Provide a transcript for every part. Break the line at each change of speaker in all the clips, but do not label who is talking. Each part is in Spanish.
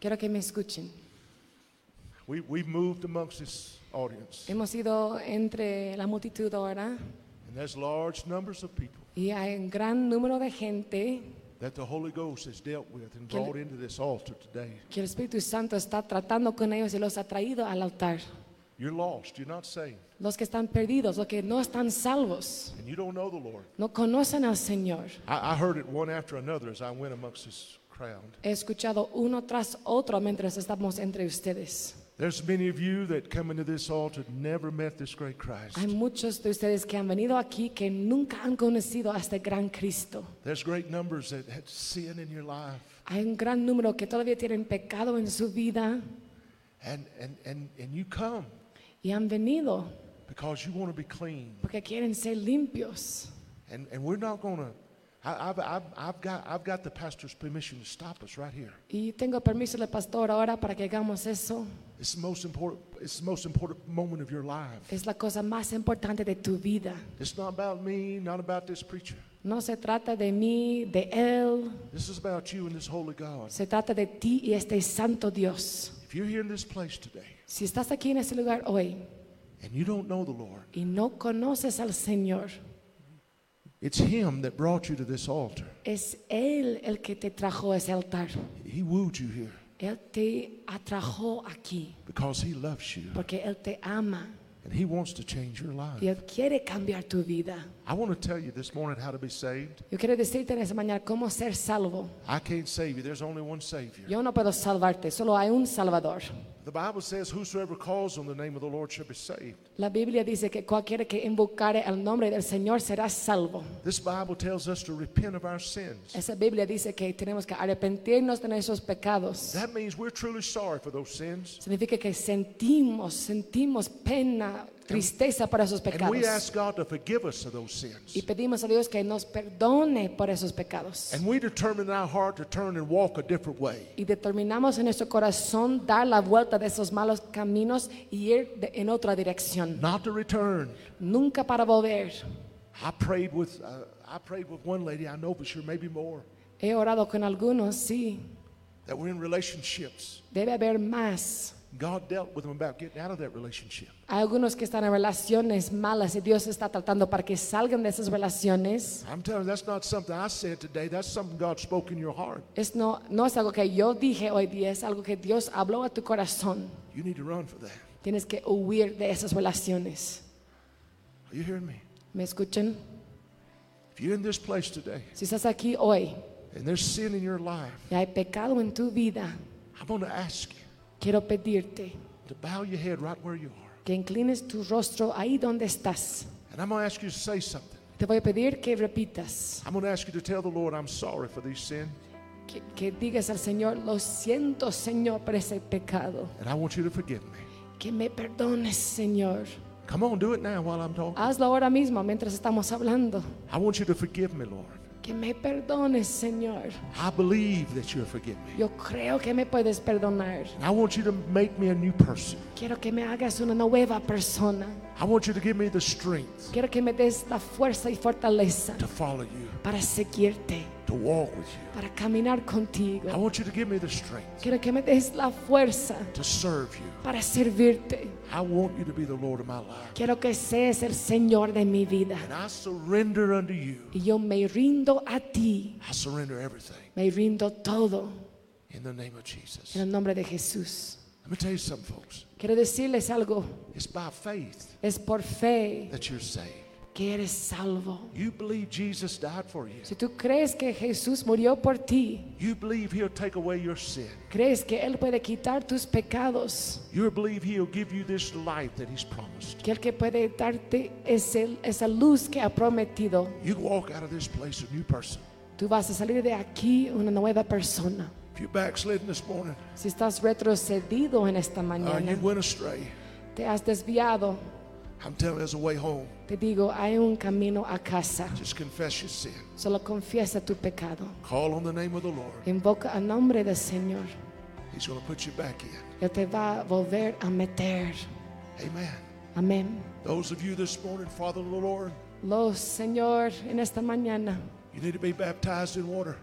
Quiero que me escuchen.
We, we've moved amongst this audience,
Hemos ido entre la multitud ahora
and there's large numbers of people
y hay un gran número de gente
that the Holy Ghost has dealt with and
Can-
brought into this altar today.
que el Espíritu Santo está tratando con ellos y los ha traído al altar.
You're lost, you're not saved,
Los que están perdidos, los que no están salvos,
and you don't know the Lord.
no conocen al Señor.
I, I heard it one after another as I went amongst this crowd.
He escuchado uno tras otro mientras estamos entre ustedes.
There's many of you that come into this altar never met this great Christ.
Hay muchos de ustedes que han venido aquí que nunca han conocido a este gran Cristo.
There's great numbers that had sin in your life,
Hay un gran número que todavía tienen pecado en su vida
and, and, and, and you come
y han venido
because you want to be clean.
porque quieren ser limpios.
And, and we're not going to, I've, I've, I've, got, I've got the pastor's permission to stop us right here.
Y tengo permiso del pastor ahora para que hagamos eso.
It's the most important, it's the most important moment of your life.
Es la cosa más importante de tu vida.
It's not about me, not about this preacher.
No se trata de mí, de él.
This is about you and this holy God.
Se trata de ti y este santo Dios.
If you're here in this place today
Si estás aquí en este lugar hoy
and you don't know the Lord,
y no conoces al Señor,
it's Him that brought you to this altar.
es Él el que te trajo a ese altar.
He wooed you here
Él te atrajo aquí
because He loves you
porque Él te ama
and He wants to change your life.
y Él quiere cambiar tu vida.
I want to tell you this morning how to be saved.
Yo quiero decirte en esta mañana cómo ser salvo.
I can't save you, there's only one Savior.
Yo no puedo salvarte, solo hay un Salvador.
The Bible says, Whosoever calls on the name of the Lord shall be saved.
La Biblia dice que cualquiera que invocare el nombre del Señor será salvo.
This Bible tells us to repent of our sins.
Esa Biblia dice que tenemos que arrepentirnos de nuestros pecados.
That means we're truly sorry for those sins.
Significa que sentimos, sentimos pena, tristeza por esos
And we
pecados.
ask God to forgive us of those sins.
Y pedimos a Dios que nos perdone por esos pecados.
And we determine in our heart to turn and walk a different way.
Y determinamos en nuestro corazón dar la vuelta de esos malos caminos y ir de- en otra dirección.
Not to return.
Nunca para volver.
I prayed with uh, I prayed with one lady, I know for sure, maybe more,
He orado con algunos, sí.
that were in relationships.
Debe haber más.
God dealt with them about getting out of that relationship.
Hay algunos que están en relaciones malas y Dios está tratando para que salgan de esas relaciones.
I'm telling you, that's not something I said today. That's something God spoke in your heart.
Es no, no es algo que yo dije hoy día, es algo que Dios habló a tu corazón.
You need to run for that.
Tienes que huir de esas relaciones.
Are you hearing me?
¿Me escuchan?
If you're in this place today
Si estás aquí hoy
and there's sin in your life,
y hay pecado en tu vida,
I'm going to ask you
quiero pedirte
to bow your head right where you are.
que inclines tu rostro ahí donde estás.
And I'm going to ask you to say something.
Te voy a pedir que repitas,
I'm going to ask you to tell the Lord, I'm sorry for these sin,
que, que digas al Señor, lo siento Señor por ese pecado,
and I want you to forgive me.
que me perdones Señor.
Come on, do it now while I'm talking.
Hazlo ahora mismo mientras estamos hablando,
I want you to forgive me, Lord.
que me perdones Señor.
I believe that you'll forgive me.
Yo creo que me puedes perdonar.
And I want you to make me a new person.
Quiero que me hagas una nueva persona.
I want you to give me the strength
Quiero que me des la fuerza y fortaleza
to follow you,
para seguirte,
to walk with you.
para caminar
I
contigo.
want you to give me the strength
Quiero que me des la fuerza
to serve you.
para servirte.
I want you to be the Lord of my life.
Quiero que seas el Señor de mi vida.
And I surrender unto you.
Y yo me rindo a ti.
I surrender everything
Me rindo todo
in the name of Jesus.
en el nombre de Jesús.
Let me tell you something, folks.
Quiero decirles algo.
It's by faith
Es por fe
that you're saved.
que eres salvo.
You believe Jesus died for you.
Si tú crees que Jesús murió por ti,
You believe He'll take away your sin.
crees que Él puede quitar tus pecados,
You believe He'll give you this life that He's promised.
que el que puede darte ese- esa luz que ha prometido,
You walk out of this place a new person.
tú vas a salir de aquí una nueva persona.
If you're backslidden this morning,
Si estás retrocedido en esta
or you
mañana,
went astray,
te has desviado,
I'm telling you, there's a way home.
te digo, hay un camino a casa.
Just confess your sin.
Solo confiesa tu pecado.
Call on the name of the Lord.
Invoca el nombre del Señor.
He's going to put you back in.
Él te va a volver a meter.
Amen.
Amén.
Those of you this morning, Father of the Lord,
Los Señor, en esta mañana,
you need to be baptized in water.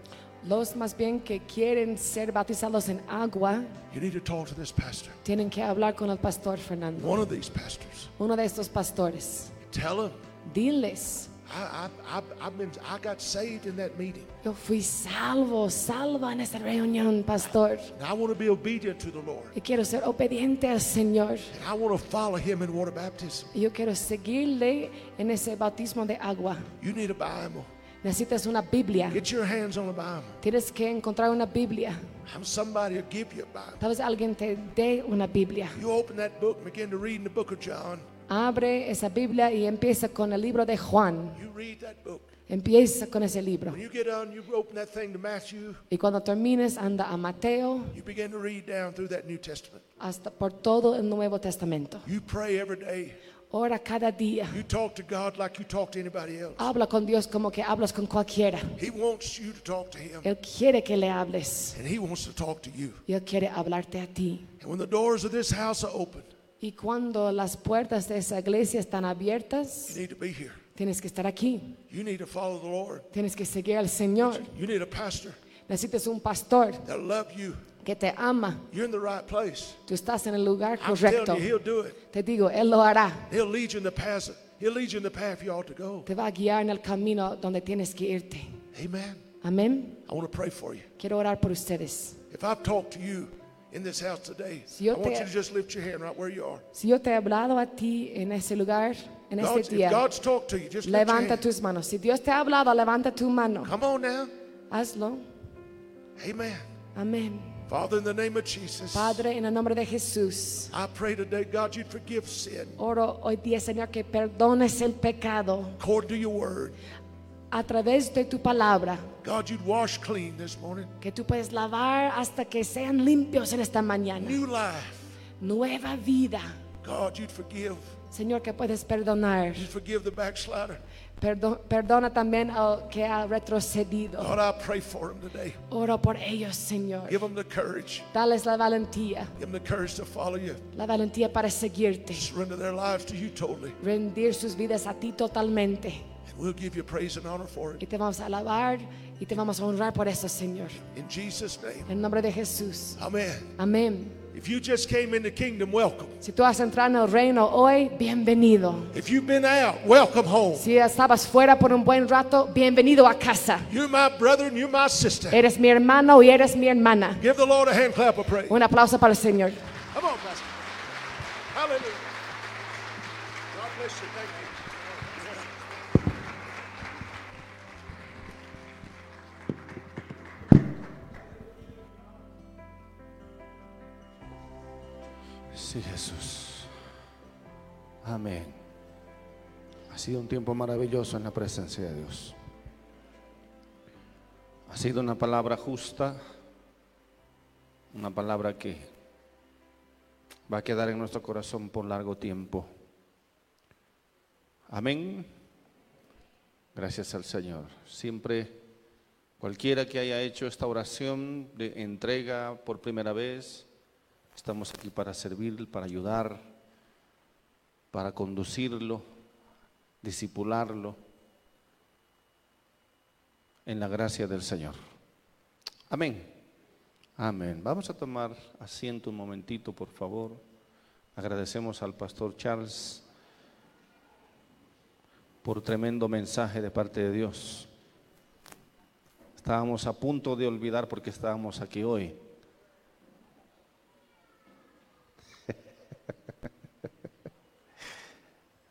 Los más bien que quieren ser bautizados en agua
You need to talk to this pastor,
tienen que hablar con el pastor Fernando,
one of these pastors.
uno de estos pastores.
Tell him,
Diles,
I, I, I, I've been, I got saved in that meeting.
yo fui salvo, salva en esta reunión, pastor.
And I want to be obedient to the Lord.
Y quiero ser obediente al Señor.
And I want to follow him in water baptism.
Y Yo quiero seguirle en ese bautismo de agua.
You need a Bible.
Necesitas una Biblia.
Get your hands on a Bible.
Tienes que encontrar una Biblia.
I'm somebody will give you a Bible.
Tal vez alguien te dé una Biblia.
You open that book and begin to read in the book of John.
Abre esa Biblia y empieza con el libro de Juan.
You read that book.
Empieza con ese libro.
When you get on, you open that thing to Matthew.
Y cuando termines, anda a Mateo
You begin to read down through that New Testament.
hasta por todo el Nuevo Testamento.
You pray every day.
Ora cada día.
You talk to God like you talk to anybody else.
Habla con Dios como que hablas con cualquiera.
He wants you to talk to Him,
Él quiere que le hables.
and He wants to talk to you.
Y Él quiere hablarte a ti.
And when the doors of this house are open,
Y cuando las puertas de esa iglesia están abiertas,
you need to be here.
tienes que estar aquí.
You need to follow the Lord.
Tienes que seguir al Señor.
You need a pastor
Necesitas un pastor
that loves you.
que te ama.
You're in the right place.
Tú estás en el lugar
I'm
correcto.
telling you, He'll do it.
Te digo, Él lo hará.
He'll lead you in the path. He'll lead you in the path you ought to go.
Te va a guiar en el camino donde tienes que irte.
Amen.
Amén.
I want to pray for you.
Quiero orar por ustedes.
If I've talked to you in this house today,
Si yo
I want
te-
you to just lift your hand right where you are.
Si yo te he hablado a ti en ese lugar, en
God's,
este
if
día,
God's talked to you, just lift your
levanta
hand.
tus manos. Si Dios te ha hablado, levanta tu mano.
Come on now.
Hazlo.
Amen.
Amén.
Father, in the name of Jesus,
Padre, en el nombre de Jesús,
I pray today, God, you'd forgive sin
oro hoy día, Señor, que perdones el pecado
according to your word.
a través de tu palabra.
God, you'd wash clean this morning.
Que tú puedes lavar hasta que sean limpios en esta mañana.
New life.
Nueva vida.
God, you'd forgive.
Señor, que puedes perdonar.
You'd forgive the backslider.
Perdo- perdona también al que ha retrocedido.
God, I pray for him today.
Oro por ellos, Señor.
Give him the courage.
Dales la valentía,
Give him the courage to follow you.
la valentía para seguirte,
Surrender their lives to you totally.
rendir sus vidas a ti totalmente.
And we'll give you praise and honor for
Y
it.
te vamos a alabar y te vamos a honrar por eso, Señor.
In Jesus' name.
En nombre de Jesús.
Amen.
Amén.
If you just came in the kingdom, welcome.
Si tú has entrado en el reino hoy, bienvenido.
If you've been out, welcome home.
Si estabas fuera por un buen rato, bienvenido a casa.
You're my brother and you're my sister.
Eres mi hermano y eres mi hermana.
Give the Lord a hand clap of praise.
Un aplauso para el Señor.
Come on, Pastor. Hallelujah. God bless you. Thank you.
Sí, Jesús. Amén. Ha sido un tiempo maravilloso en la presencia de Dios. Ha sido una palabra justa, una palabra que va a quedar en nuestro corazón por largo tiempo. Amén. Gracias al Señor. Siempre cualquiera que haya hecho esta oración de entrega por primera vez, Estamos aquí para servir, para ayudar, para conducirlo, disipularlo en la gracia del Señor. Amén. Amén. Vamos a tomar asiento un momentito, por favor. Agradecemos al pastor Charles por tremendo mensaje de parte de Dios. Estábamos a punto de olvidar porque estábamos aquí hoy.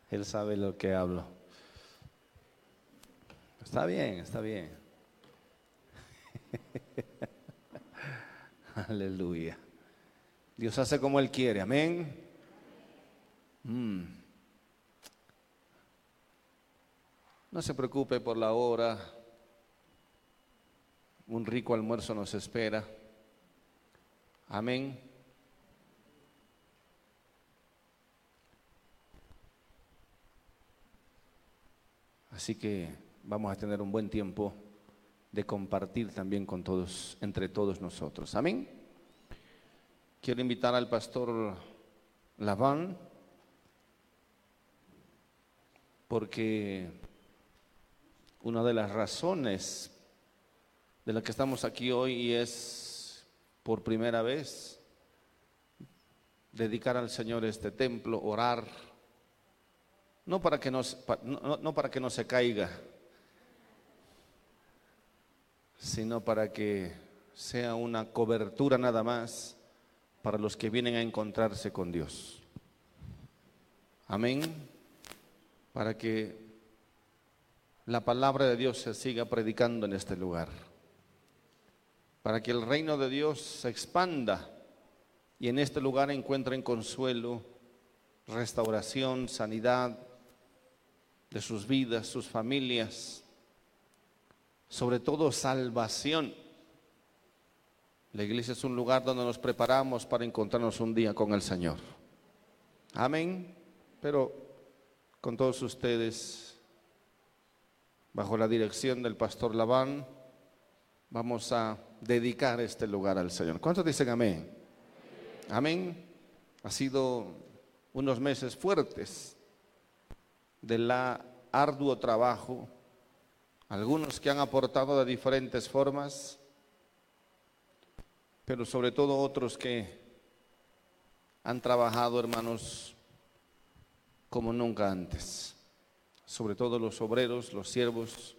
Él sabe lo que hablo. Está bien, está bien. Aleluya. Dios hace como Él quiere, amén. Mm. No se preocupe por la hora. Un rico almuerzo nos espera. Amén. Así que vamos a tener un buen tiempo de compartir también con todos, entre todos nosotros. Amén. Quiero invitar al pastor Laván, porque una de las razones de la que estamos aquí hoy y es por primera vez dedicar al Señor este templo, orar, no para que nos- pa- no- no- no para que no se caiga, sino para que sea una cobertura nada más para los que vienen a encontrarse con Dios. Amén. Para que la palabra de Dios se siga predicando en este lugar. Para que el reino de Dios se expanda y en este lugar encuentren consuelo, restauración, sanidad de sus vidas, sus familias, sobre todo salvación. La iglesia es un lugar donde nos preparamos para encontrarnos un día con el Señor. Amén. Pero con todos ustedes, bajo la dirección del pastor Labán, vamos a dedicar este lugar al Señor. ¿Cuántos dicen amén? Amén. Ha sido unos meses fuertes de la arduo trabajo, algunos que han aportado de diferentes formas, pero sobre todo otros que han trabajado, hermanos, como nunca antes. Sobre todo los obreros, los siervos,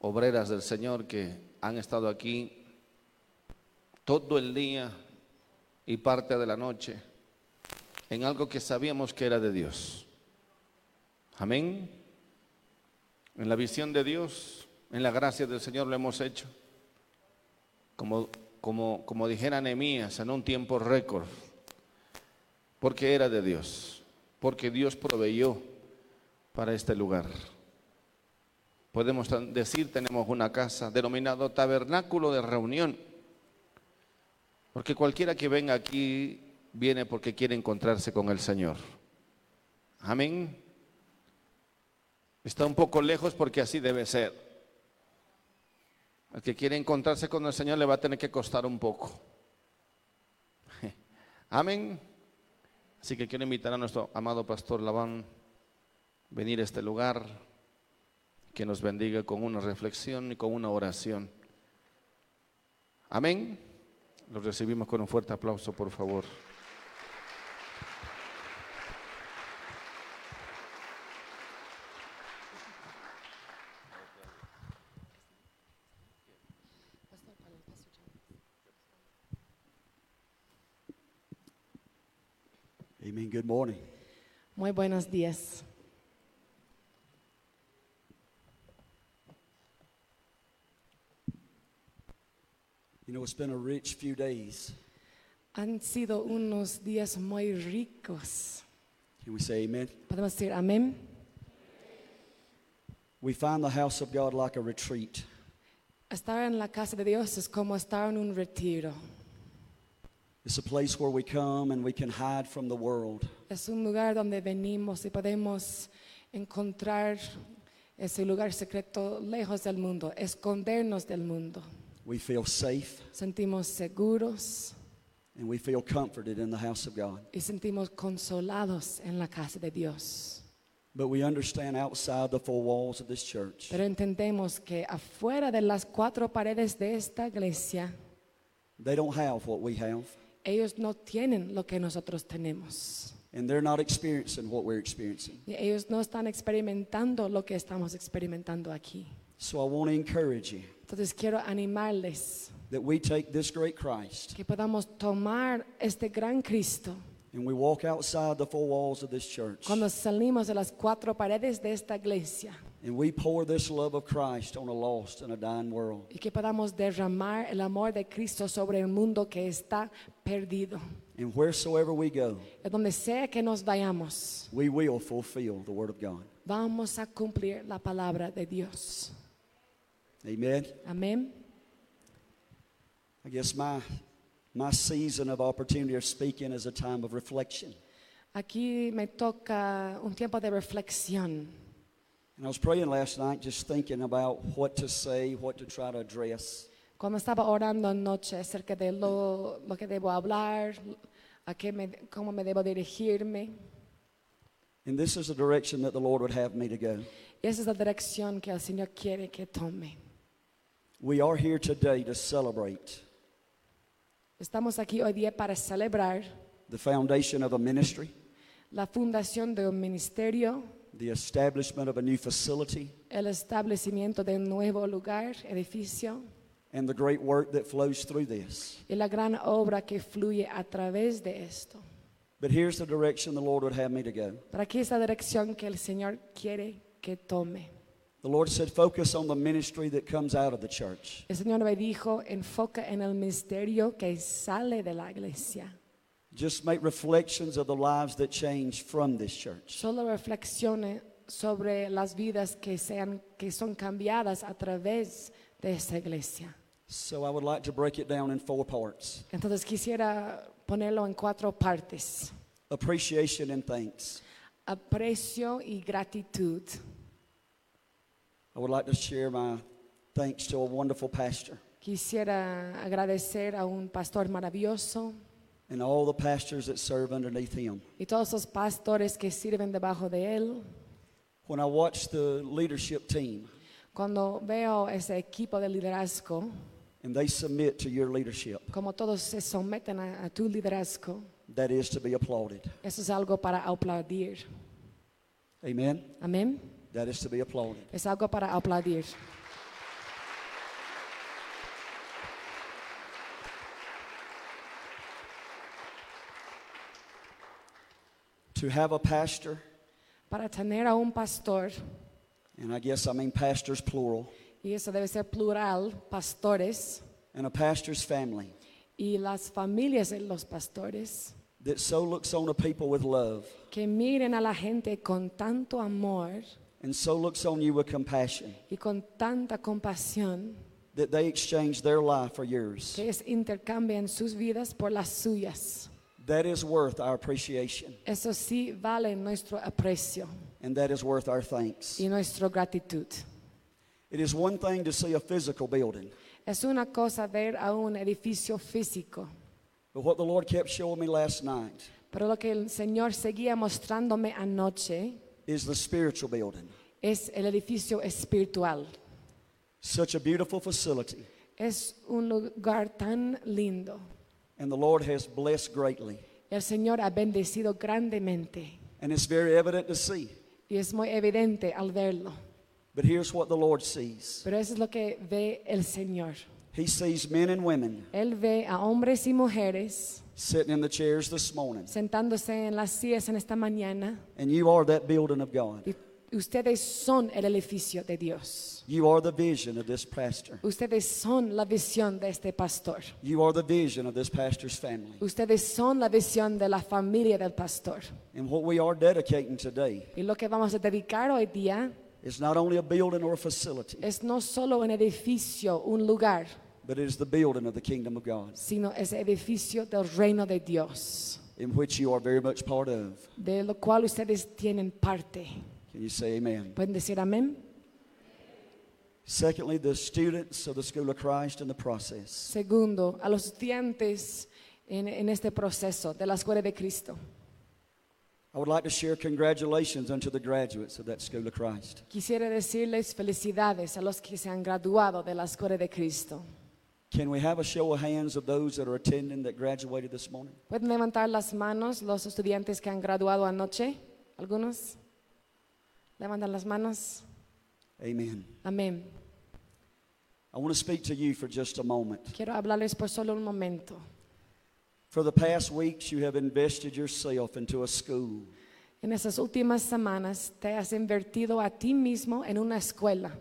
obreras del Señor que han estado aquí todo el día y parte de la noche en algo que sabíamos que era de Dios. Amén. En la visión de Dios, en la gracia del Señor lo hemos hecho. Como, como, como dijera Nehemías, en un tiempo récord. Porque era de Dios. Porque Dios proveyó para este lugar. Podemos tan- decir, tenemos una casa denominado tabernáculo de reunión. Porque cualquiera que venga aquí viene porque quiere encontrarse con el Señor. Amén. Está un poco lejos porque así debe ser. El que quiere encontrarse con el Señor le va a tener que costar un poco. Amén. Así que quiero invitar a nuestro amado pastor Labán venir a este lugar, que nos bendiga con una reflexión y con una oración. Amén. Los recibimos con un fuerte aplauso, por favor.
Amen. Good morning.
Muy buenos días.
You know, it's been a rich few days.
Han sido unos días muy ricos.
Can we say amen?
Podemos decir amén.
We find the house of God like a retreat.
Estar en la casa de Dios es como estar en un retiro.
It's a place where we come and we can hide from the world.
Es un lugar donde venimos y podemos encontrar ese lugar secreto lejos del mundo, escondernos del mundo.
We feel safe
Sentimos seguros
and we feel comforted in the house of God.
y sentimos consolados en la casa de Dios.
But we understand outside the four walls of this church,
Pero entendemos que afuera de las cuatro paredes de esta iglesia,
they don't have what we have,
ellos no tienen lo que nosotros tenemos.
and they're not experiencing what we're experiencing.
Y ellos no están experimentando lo que estamos experimentando aquí.
So I want to encourage you
Entonces quiero animarles
that we take this great Christ
que podamos tomar este gran Cristo
and we walk outside the four walls of this church
cuando salimos de las cuatro paredes de esta iglesia
and we pour this love of Christ on a lost and a dying world.
y que podamos derramar el amor de Cristo sobre el mundo que está perdido.
And wheresoever we go,
Y Donde sea que nos vayamos,
we will fulfill the Word of God.
vamos a cumplir la palabra de Dios.
Amen.
Amén.
I guess my, my season of opportunity of speaking is a time of reflection.
Aquí me toca un tiempo de reflexión.
And I was praying last night just thinking about what to say, what to try to address.
Cuando estaba orando anoche acerca de lo, lo que debo hablar, a qué me, cómo me debo dirigirme,
And this is the direction that the Lord would have me to go.
y esa es la dirección que el Señor quiere que tome.
We are here today to celebrate
Estamos aquí hoy día para celebrar
the foundation of a ministry,
la fundación de un ministerio,
the establishment of a new facility,
el establecimiento de un nuevo lugar, edificio
and the great work that flows through this.
y la gran obra que fluye a través de esto.
But here's the direction the Lord would have me to go.
Para aquí es la dirección que el Señor quiere que tome.
The Lord said, focus on the ministry that comes out of the church.
El Señor me dijo, enfoca en el ministerio que sale de la iglesia.
Just make reflections of the lives that change from this church.
Solo reflexione sobre las vidas que, sean, que son cambiadas a través de esta iglesia.
So I would like to break it down in four parts
Entonces quisiera ponerlo en cuatro partes.
appreciation and thanks.
Aprecio y gratitud.
I would like to share my thanks to a wonderful pastor
Quisiera agradecer a un pastor maravilloso
and all the pastors that serve underneath him.
y todos los pastores que sirven debajo de él.
When I watch the leadership team
Cuando veo ese equipo de liderazgo,
and they submit to your leadership,
como todos se someten a, a tu liderazgo,
that is to be applauded.
eso es algo para aplaudir.
Amen?
Amén.
That is to be applauded.
Es algo para aplaudir.
To have a pastor,
Para tener a un pastor,
and I guess I mean pastors plural,
y eso debe ser plural, pastores,
and a pastor's family
y las familias de los pastores,
that so looks on a people with love
que miren a la gente con tanto amor
and so looks on you with compassion
y con tanta compasión,
that they exchange their life for yours.
que es intercambian sus vidas por las suyas.
That is worth our appreciation
Eso sí vale nuestro aprecio
and that is worth our thanks.
y nuestra gratitud.
It is one thing to see a physical building,
Es una cosa ver a un edificio físico,
but what the Lord kept showing me last night
pero lo que el Señor seguía mostrándome anoche
is the spiritual building.
es el edificio espiritual.
Such a beautiful facility,
Es un lugar tan lindo.
and the Lord has blessed greatly.
El Señor ha bendecido grandemente
And it's very evident to see.
y es muy evidente al verlo.
But here's what the Lord sees
Pero eso es lo que ve el Señor.
He sees men and women
Él ve a hombres y mujeres
sitting in the chairs this morning,
sentándose en las sillas en esta mañana
and you are that building of God.
y ustedes son el edificio de Dios.
You are the vision of this pastor.
Ustedes son la visión de este pastor.
You are the vision of this pastor's family.
Ustedes son la visión de la familia del pastor.
And what we are dedicating today
Y lo que vamos a dedicar hoy día
is not only a building or a facility,
es no solo un edificio, un lugar,
but it is the building of the kingdom of God,
sino es edificio del reino de Dios,
in which you are very much part of.
de lo cual ustedes tienen parte.
Can you say amen?
¿Pueden decir amén?
Secondly, the students of the School of Christ in the process.
Segundo, a los estudiantes en, en este proceso de la escuela de Cristo.
I would like to share congratulations unto the graduates of that School of Christ.
Quisiera decirles felicidades a los que se han graduado de la escuela de Cristo.
Can we have a show of hands of those that are attending that graduated this morning?
¿Pueden levantar las manos los estudiantes que han graduado anoche? ¿Algunos? Levantan las manos.
Amen.
Amén.
I want to speak to you for just a moment.
Quiero hablarles por solo un momento.
For the past weeks, you have invested yourself into a school.
En estas últimas semanas te has invertido a ti mismo en una escuela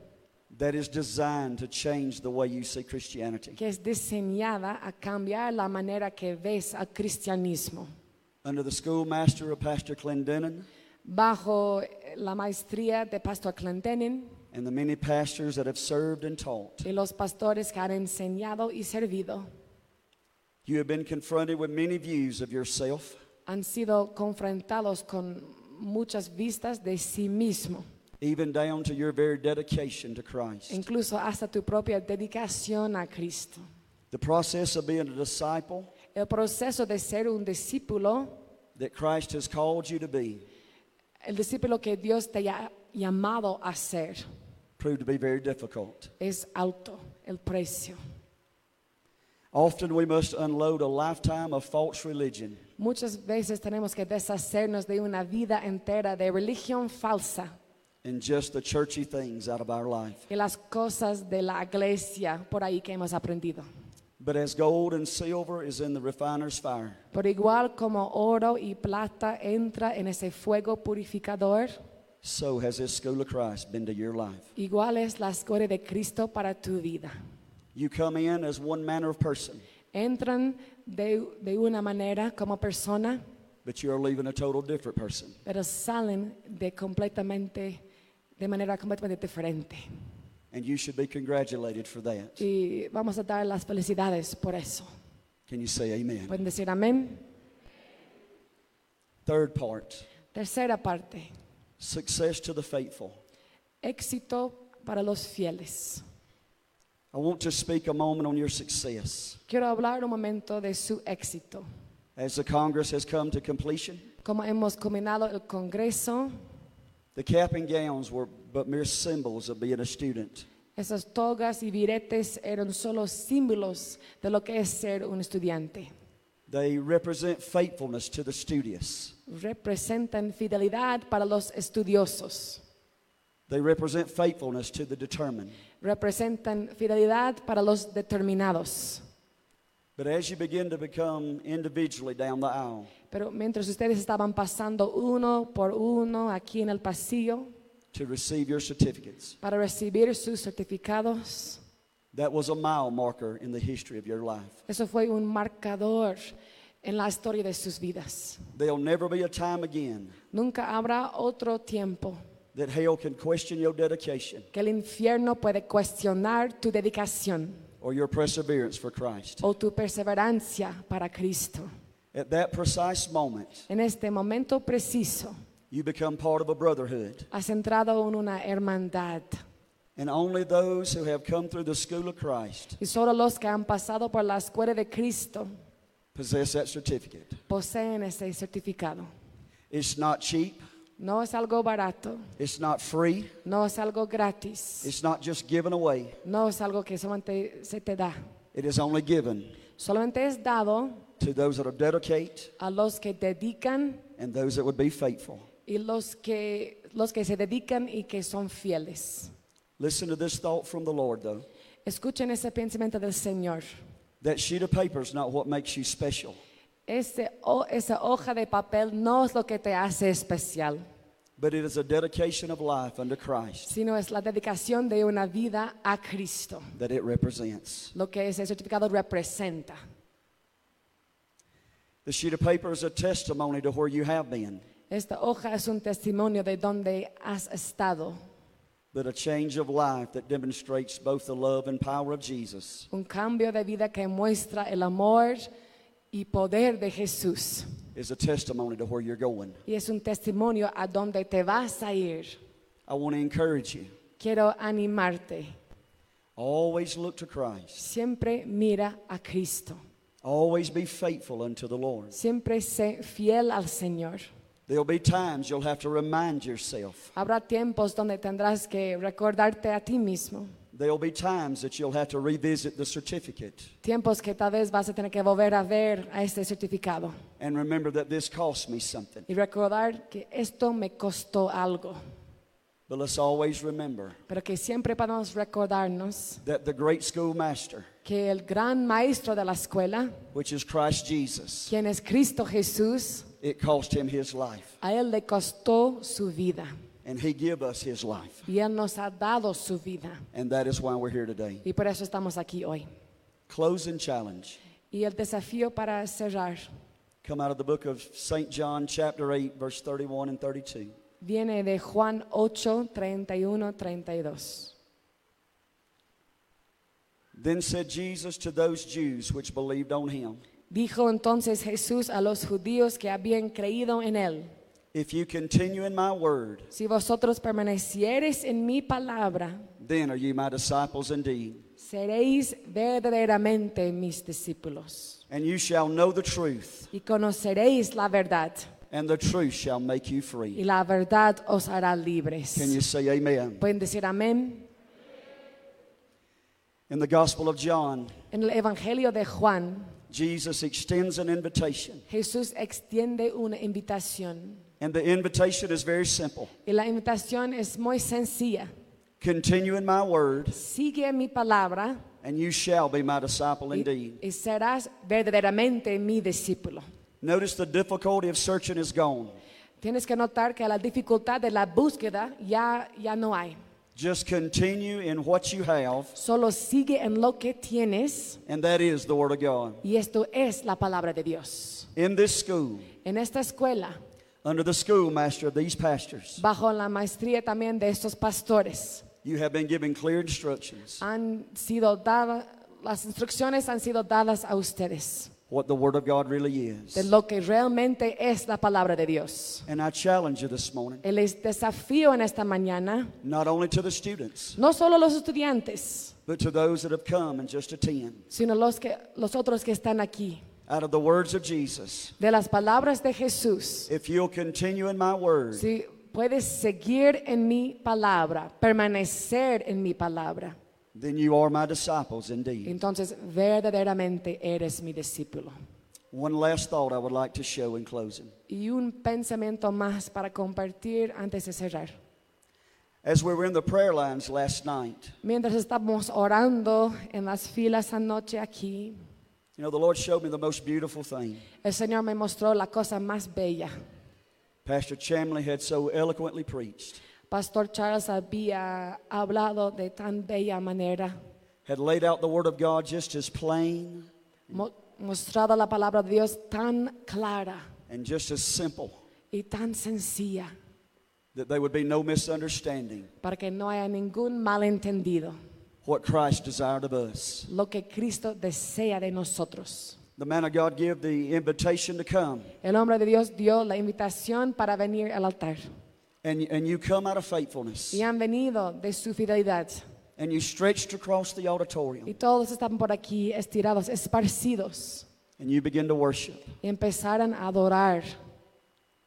that is designed to change the way you see Christianity.
que es diseñada a cambiar la manera que ves al cristianismo.
Under the schoolmaster of Pastor Clendenin
Bajo la maestría de Pastor Clendenin
and the many pastors that have served and taught,
y los pastores que han enseñado y servido,
you have been confronted with many views of yourself,
han sido confrontados con muchas vistas de sí mismo,
even down to your very dedication to Christ.
incluso hasta tu propia dedicación a Cristo.
The process of being a disciple
El proceso de ser un discípulo
that Christ has called you to be
el discípulo que Dios te ha llamado a ser
proved to be very difficult.
Es alto el precio.
Often we must unload a lifetime of false religion
Muchas veces tenemos que deshacernos de una vida entera de religión falsa
and just the churchy things out of our life.
y las cosas de la iglesia por ahí que hemos aprendido.
But as gold and silver is in the refiner's fire,
Por igual como oro y plata entra en ese fuego purificador,
so has this school of Christ been to your life.
igual es la escoria de Cristo para tu vida.
You come in as one manner of person,
Entran de, de una manera como persona,
but you are leaving a total different person.
pero salen de completamente de manera completamente diferente.
And you should be congratulated for that.
Y vamos a dar las felicidades por eso.
Can you say amen?
Pueden decir amén.
Third part
Tercera parte.
success to the faithful.
Éxito para los fieles.
I want to speak a moment on your success.
Quiero hablar un momento de su éxito.
As the Congress has come to completion,
Como hemos combinado el Congreso,
the cap and gowns were but mere symbols of being a student.
esas togas y viretes eran solo símbolos de lo que es ser un estudiante.
They represent faithfulness to the studious.
Representan fidelidad para los estudiosos.
They represent faithfulness to the determined.
Representan fidelidad para los determinados.
But as you begin to become individually down the aisle,
Pero mientras ustedes estaban pasando uno por uno aquí en el pasillo
to receive your certificates,
para recibir sus certificados,
that was a mile marker in the history of your life.
Eso fue un marcador en la historia de sus vidas.
There'll never be a time again
Nunca habrá otro tiempo
that hell can question your dedication
que el infierno puede cuestionar tu dedicación
or your perseverance for Christ.
o tu perseverancia para Cristo.
At that precise moment,
En este momento preciso,
you become part of a brotherhood.
has entrado en una hermandad
And only those who have come through the school of Christ
y solo los que han pasado por la escuela de Cristo
possess that certificate.
poseen ese certificado.
It's not cheap,
No es algo barato,
it's not free,
no es algo gratis,
it's not just given away.
no es algo que solamente se te da.
It is only given
Solamente es dado
to those that will dedicate
a los que dedican
and those that would be faithful.
y los que, los que se dedican y que son fieles.
Listen to this thought from the Lord, though.
Escuchen ese pensamiento del Señor.
That sheet of paper is not what makes you special.
Ese ho- esa hoja de papel no es lo que te hace especial,
But it is a dedication of life unto Christ
sino es la dedicación de una vida a Cristo,
that it represents.
lo que ese certificado representa.
The sheet of paper is a testimony to where you have been,
Esta hoja es un testimonio de donde has estado,
but a change of life that demonstrates both the love and power of Jesus.
un cambio de vida que muestra el amor y poder de Jesús.
is a testimony to where you're going.
Y es un testimonio a donde te vas a ir.
I want to encourage you.
Quiero animarte.
Always look to Christ.
Siempre mira a Cristo.
Always be faithful unto the Lord.
Siempre sé fiel al Señor.
There'll be times you'll have to remind yourself.
Habrá tiempos donde tendrás que recordarte a ti mismo.
There'll be times that you'll have to revisit the certificate
Tiempos que tal vez vas a tener que volver a ver a este certificado
and remember that this cost me something.
y recordar que esto me costó algo.
But let's always remember
Pero que siempre podamos recordarnos
that the great schoolmaster,
que el gran maestro de la escuela,
which is Christ Jesus,
quien es Cristo Jesús,
it cost him his life,
a él le costó su vida.
and he give us his life.
Y Él nos ha dado su vida.
And that is why we're here today.
Y por eso estamos aquí hoy.
Closing challenge.
Y el desafío para cerrar
Come out of the book of St. John, chapter 8, verse 31 and 32.
viene de Juan 8, 31, 32.
Then said Jesus to those Jews which believed on him,
Dijo entonces Jesús a los judíos que habían creído en Él,
If you continue in my word,
si vosotros permaneciereis en mi palabra,
then are you my disciples indeed,
seréis verdaderamente mis discípulos.
and you shall know the truth,
Y conoceréis la verdad,
and the truth shall make you
y
free.
la verdad os hará
Can you
libres.
say amen?
Pueden decir amén.
In the Gospel of John,
En el Evangelio de Juan,
Jesus extends an invitation.
Jesús extiende una invitación.
And the invitation is very simple
Y la invitación es muy sencilla.
Continue in my word,
Sigue mi palabra
and you shall be my disciple
y,
indeed.
y serás verdaderamente mi discípulo.
Notice the difficulty of searching is gone.
Tienes que notar que la dificultad de la búsqueda ya, ya no hay.
Just continue in what you have,
Solo sigue en lo que tienes
and that is the Word of God.
y esto es la palabra de Dios.
In this school,
En esta escuela,
under the schoolmaster of these pastors,
bajo la maestría también de estos pastores,
you have been given clear instructions
han sido dadas, las instrucciones han sido dadas a ustedes
what the Word of God really is.
de lo que realmente es la palabra de Dios.
And I challenge you this morning,
El es- desafío en esta mañana,
not only to the students,
no solo los estudiantes,
but to those that have come and just attend.
sino los, que, los otros que están aquí,
Out of the words of Jesus,
de las palabras de Jesús.
if you'll continue in my word,
Si puedes seguir en mi palabra, permanecer en mi palabra,
then you are my disciples indeed.
entonces verdaderamente eres mi discípulo.
One last thought I would like to show in closing.
Y un pensamiento más para compartir antes de cerrar.
As we were in the prayer lines last night,
Mientras estamos orando en las filas anoche aquí,
you know, the Lord showed me the most beautiful thing.
el Señor me mostró la cosa más bella.
Pastor Chamley had so eloquently preached,
Pastor Charles había hablado de tan bella manera,
had laid out the word of God just as plain
mo- mostrado la palabra de Dios tan clara
and just as simple
y tan sencilla.
that there would be no misunderstanding
para que no haya ningún malentendido
what Christ desired of us.
lo que Cristo desea de nosotros.
The man of God gave the invitation to come,
El hombre de Dios dio la invitación para venir al altar
and, and you come out of faithfulness,
y han venido de su fidelidad
and you stretched across the
y
auditorium,
todos están por aquí estirados, esparcidos
and you begin to worship.
y empezaron a adorar.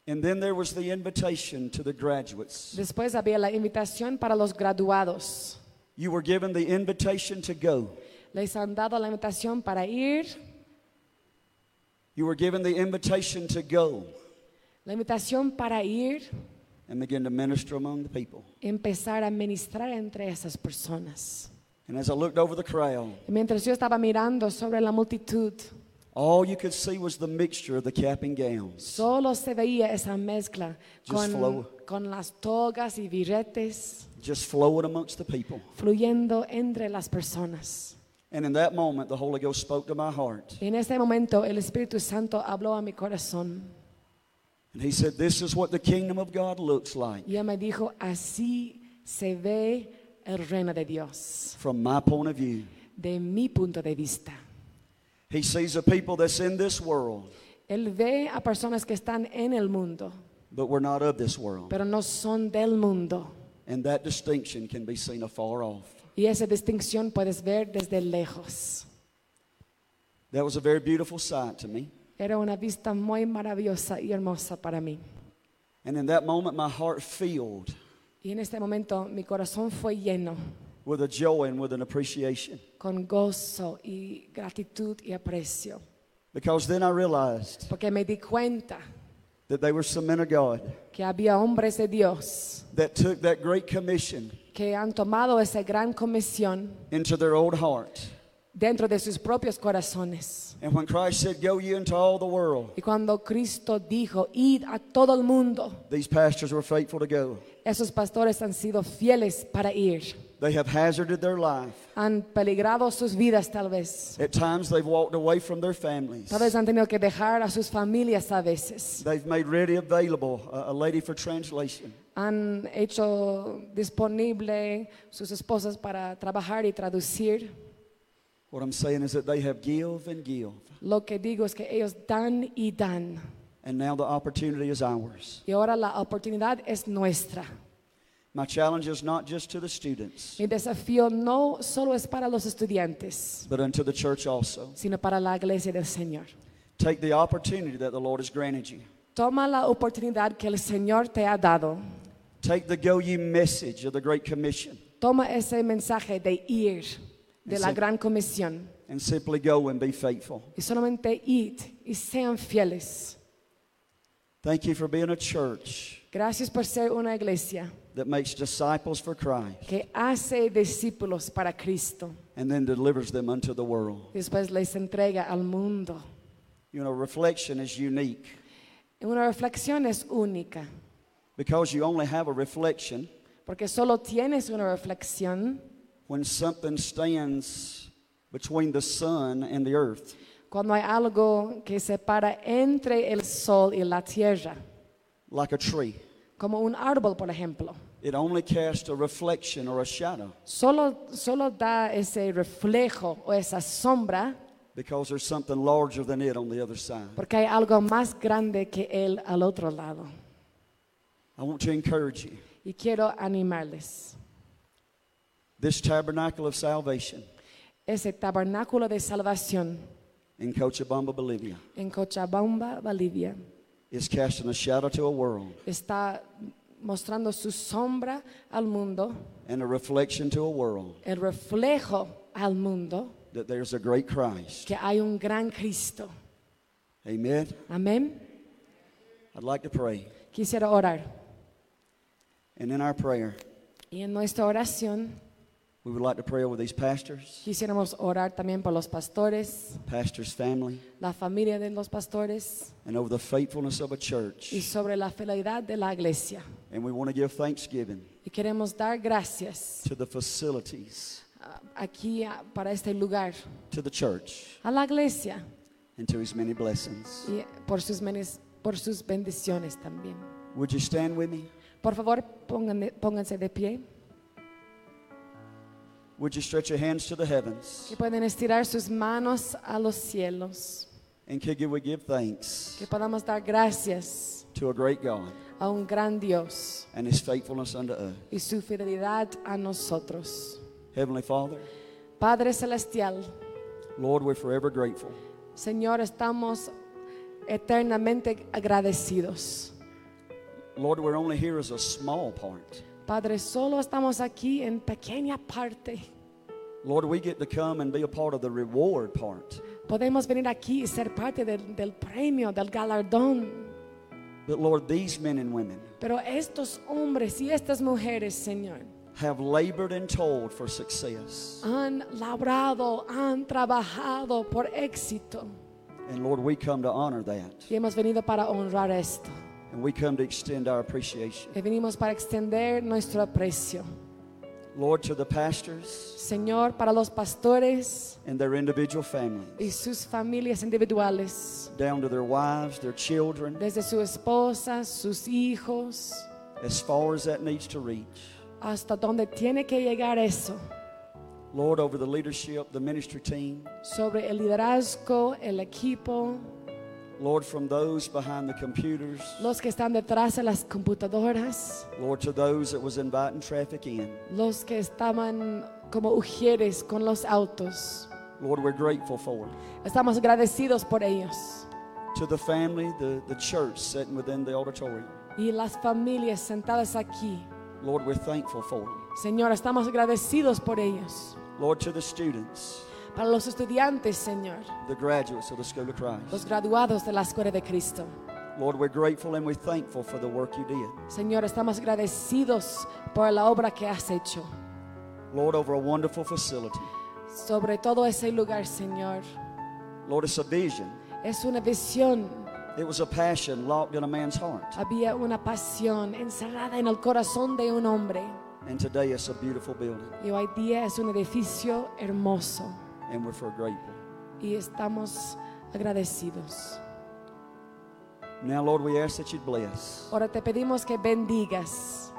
And then there was the invitation to the graduates.
Después había la invitación para los graduados.
You were given the invitation to go.
Les han dado la invitación para ir,
You were given the invitation to go
la invitación para ir,
and begin to minister among the people.
empezar a ministrar entre esas personas.
And as I looked over the crowd,
Y mientras yo estaba mirando sobre la multitud,
all you could see was the mixture of the cap and gowns.
Solo se veía esa mezcla
Just
con,
flow.
con las togas y birretes
just flowing amongst the people.
fluyendo entre las personas.
And in that moment, the Holy Ghost spoke to my heart.
En este momento el Espíritu Santo habló a mi corazón
And he said, This is what the kingdom of God looks like
y él me dijo, así se ve el reino de Dios,
from my point of view.
de mi punto de vista.
He sees a people that's in this world,
Él ve a personas que están en el mundo,
but we're not of this world.
pero no son del mundo.
And that distinction can be seen afar off.
Y esa distinción puedes ver desde lejos.
That was a very beautiful sight to me.
Era una vista muy maravillosa y hermosa para mí.
And in that moment, my heart filled
Y en este momento mi corazón fue lleno
with a joy and with an appreciation.
con gozo y gratitud y aprecio,
Because then I realized
porque me di cuenta
that they were some men of God
que había hombres de Dios
that took that great commission
que han tomado esa gran comisión
into their old heart.
dentro de sus propios corazones.
And when Christ said, Go ye into all the world,
Y cuando Cristo dijo, id a todo el mundo,
these pastors were faithful to go.
esos pastores han sido fieles para ir.
They have hazarded their life.
Han peligrado sus vidas tal vez.
At times they've walked away from their families.
Tal vez han tenido que dejar a sus familias a veces.
They've made ready available a, a lady for translation.
han hecho disponible sus esposas para trabajar y traducir.
What I'm saying is that they have give and give.
Lo que digo es que ellos dan y dan.
And now the opportunity is ours.
Y ahora la oportunidad es nuestra.
My challenge is not just to the students,
Mi desafío no solo es para los estudiantes,
but unto the church also.
sino para la iglesia del Señor.
Take the opportunity that the Lord has granted you.
Toma la oportunidad que el Señor te ha dado.
Take the go ye message of the Great Commission
Toma ese mensaje de ir de la gran comisión.
and simply go and be faithful.
Y solamente id y sean fieles.
Thank you for being a church
Gracias por ser una iglesia
that makes disciples for Christ
que hace discípulos para Cristo.
and then delivers them unto the world.
Y después les entrega al mundo.
You know, reflection is unique
Una reflexión es única,
because you only have a reflection
porque solo tienes una reflexión
when something stands between the sun and the earth.
cuando hay algo que separa entre el sol y la tierra,
like a tree.
como un árbol, por ejemplo.
It only casts a reflection or a shadow
Solo, solo da ese reflejo o esa sombra
because there's something larger than it on the other side.
porque hay algo más grande que él al otro lado.
I want to encourage you.
Y quiero animarles.
This tabernacle of salvation
Ese tabernáculo de salvación
in Cochabamba, Bolivia
en Cochabamba, Bolivia,
is casting a shadow to a world
está mostrando su sombra al mundo,
and a reflection to a world
el reflejo al mundo,
that there's a great Christ.
que hay un gran Cristo.
Amen.
Amén.
I'd like to pray.
Quisiera orar.
And in our prayer,
Y en nuestra oración
we would like to pray over these pastors,
quisiéramos orar también por los pastores,
pastors' family,
la familia de los pastores
and over the faithfulness of a church.
y sobre la fidelidad de la iglesia.
And we want to give thanksgiving
Y queremos dar gracias
to the facilities,
ah, aquí ah, para este lugar,
to the church,
a la iglesia
and to his many blessings.
y por sus, menes- por sus bendiciones también.
Would you stand with me?
Por favor, pónganme- pónganse de pie
Would you stretch your hands to the heavens?
que pueden estirar sus manos a los cielos,
And could you we give thanks
que podamos dar gracias
to a great God
a un gran Dios
and his faithfulness unto us?
y su fidelidad a nosotros.
Heavenly Father,
Padre Celestial,
Lord, we're forever grateful
Señor, estamos eternamente agradecidos.
Lord, we're only here as a small part.
Padre, solo estamos aquí en pequeña parte.
Lord, we get to come and be a part of the reward part.
Podemos venir aquí y ser parte del, del premio, del galardón.
But Lord, these men and women
Pero estos hombres y estas mujeres, Señor,
have labored and toiled for success.
han labrado, han trabajado por éxito.
And Lord, we come to honor that.
Y hemos venido para honrar esto.
And we come to extend our appreciation.
Y venimos para extender nuestro aprecio.
Lord, to the pastors
Señor, para los pastores
and their individual families,
y sus familias individuales.
down to their wives, their children,
desde su esposa, sus hijos,
as far as that needs to reach.
hasta donde tiene que llegar eso,
Lord, over the leadership, the ministry team,
sobre el liderazgo, el equipo,
Lord, from those behind the computers,
los que están detrás de las computadoras,
Lord, to those that was inviting traffic in.
los que estaban como ujieres con los autos.
Lord, we're grateful for it.
Estamos agradecidos por ellos
To the family, the, the church sitting within the auditorium,
y las familias sentadas aquí.
Lord, we're thankful for it.
Señor, estamos agradecidos por ellos.
Lord, to the students,
Para los estudiantes, Señor,
the graduates of the School of
los
Christ,
graduados de la Escuela de Cristo.
Lord, we're grateful and we're thankful for the work you did.
Señor, estamos agradecidos por la obra que has hecho.
Lord, over a wonderful facility.
sobre todo ese lugar, Señor.
Lord, it's a vision.
Es una visión.
It was a passion locked in a man's heart.
Había una pasión encerrada en el corazón de un hombre.
And today it's a beautiful building.
Y hoy día es un edificio hermoso.
And we're for grateful.
Y estamos agradecidos.
Now, Lord, we ask that you bless.
Ahora te pedimos que bendigas.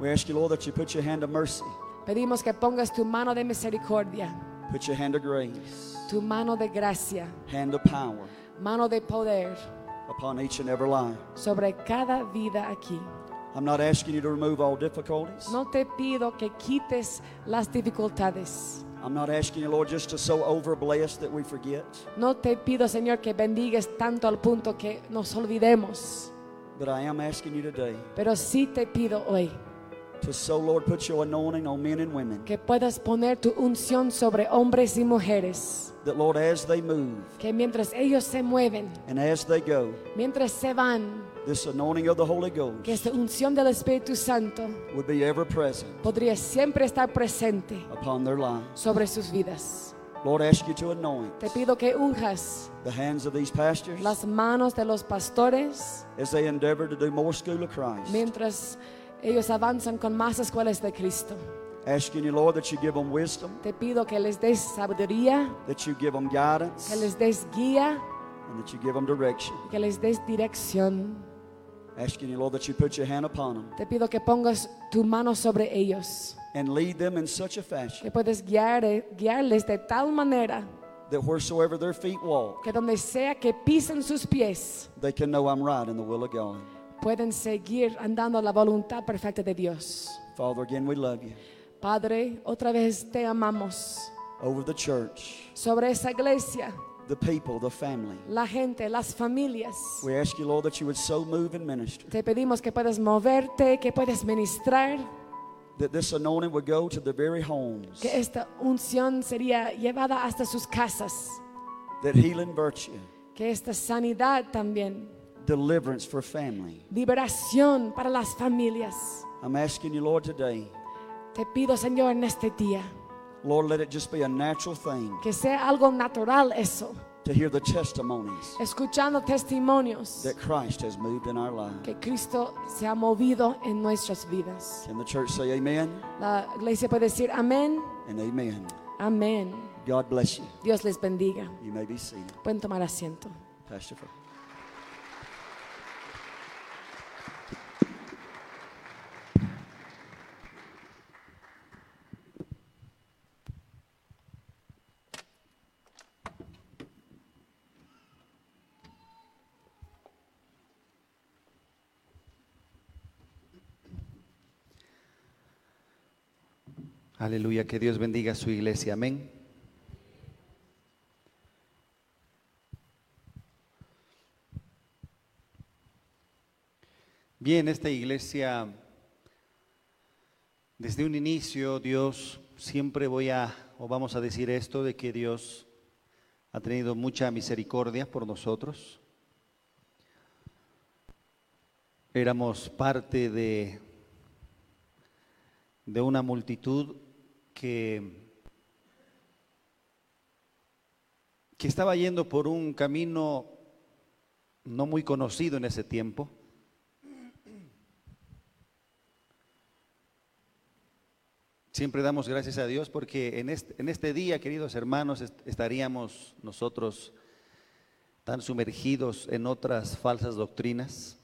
We ask you, Lord, that you put your hand of mercy,
Pedimos que pongas tu mano de misericordia,
put your hand of grace,
tu mano de gracia,
hand of power
mano de poder
upon each and every life.
sobre cada vida aquí.
I'm not asking you to remove all difficulties.
No te pido que quites las dificultades.
I'm not asking you, Lord, just to so overbless that we forget.
No te pido, Señor, que bendigas tanto al punto que nos olvidemos,
But I am asking you today
pero sí te pido hoy
To so, Lord, put your anointing on men and women
Que puedas poner tu unción sobre hombres y mujeres.
that, Lord, as they move
Que mientras ellos se mueven,
and as they go,
mientras se van,
this anointing of the Holy
que
Ghost
esta unción del Espíritu Santo
would be ever present
podría siempre estar presente
upon their lives.
sobre sus vidas.
Lord, ask you to anoint
Te pido que unjas
the hands of these pastors
las manos de los pastores
as they endeavor to do more school of Christ.
mientras ellos avanzan con más escuelas de Cristo.
Asking you, Lord, that you give them wisdom,
Te pido que les des sabiduría,
that you give them guidance,
que les des guía,
and that you give them direction.
que les des dirección.
Asking you, Lord, that you put your hand upon them
Te pido que pongas tu mano sobre ellos,
and lead them in such
que
a fashion
puedes guiar, guiarles de tal manera
that wheresoever their feet walk,
que donde sea que pisen sus pies,
they can know I'm right in the will of God.
pueden seguir andando la voluntad perfecta de Dios.
Father, again, we love you.
Padre, otra vez te amamos.
Over the church,
Sobre esa iglesia,
the people, the family.
la gente, las familias,
We ask you, Lord, that you would so move and minister
te pedimos que puedas moverte, que puedas ministrar,
that this anointing would go to the very homes,
que esta unción sería llevada hasta sus casas,
that healing virtue,
que esta sanidad también,
deliverance for family.
liberación para las familias.
I'm asking you, Lord, today,
Te pido, Señor, en este día,
Lord, let it just be a natural thing
que sea algo natural eso,
to hear the testimonies
escuchando testimonios
that Christ has moved in our lives.
que Cristo se ha movido en nuestras vidas.
Can the church say amen
La iglesia puede decir amén,
and amen?
amén.
God bless you.
Dios les bendiga.
You may be seated.
Pueden tomar asiento.
Pastor Fred.
Aleluya, que Dios bendiga a su iglesia. Amén. Bien, esta iglesia, desde un inicio, Dios, siempre voy a, o vamos a decir esto, de que Dios ha tenido mucha misericordia por nosotros. Éramos parte de de una multitud que, que estaba yendo por un camino no muy conocido en ese tiempo. Siempre damos gracias a Dios porque en este, en este día, queridos hermanos, est- estaríamos nosotros tan sumergidos en otras falsas doctrinas.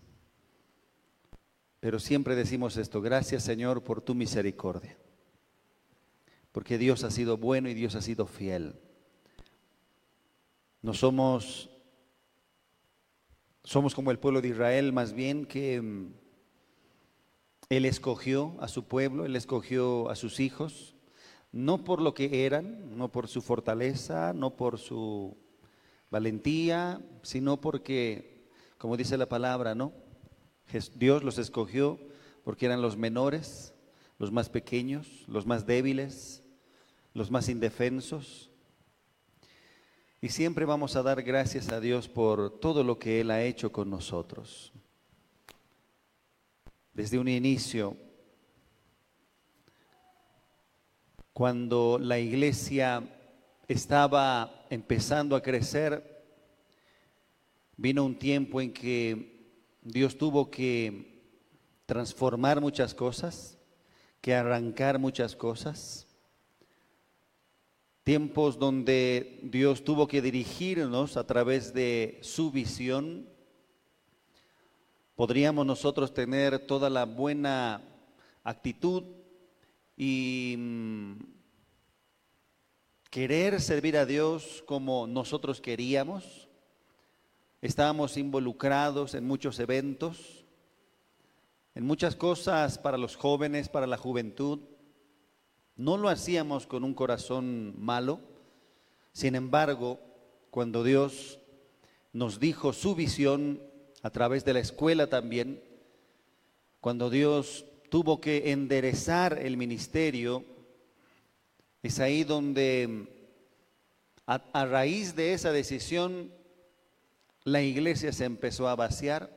Pero siempre decimos esto, gracias Señor por tu misericordia. Porque Dios ha sido bueno y Dios ha sido fiel. No somos somos como el pueblo de Israel, más bien que mm, él escogió a su pueblo, él escogió a sus hijos, no por lo que eran, no por su fortaleza, no por su valentía, sino porque como dice la palabra, ¿no? Jes- Dios los escogió porque eran los menores, los más pequeños, los más débiles, los más indefensos. Y siempre vamos a dar gracias a Dios por todo lo que Él ha hecho con nosotros. Desde un inicio, cuando la iglesia estaba empezando a crecer, Vino un tiempo en que Dios tuvo que transformar muchas cosas, que arrancar muchas cosas. Tiempos donde Dios tuvo que dirigirnos a través de su visión. Podríamos nosotros tener toda la buena actitud y mm, querer servir a Dios como nosotros queríamos, Estábamos involucrados en muchos eventos, en muchas cosas para los jóvenes, para la juventud. No lo hacíamos con un corazón malo. Sin embargo, cuando Dios nos dijo su visión a través de la escuela también, cuando Dios tuvo que enderezar el ministerio, es ahí donde a, a raíz de esa decisión la iglesia se empezó a vaciar.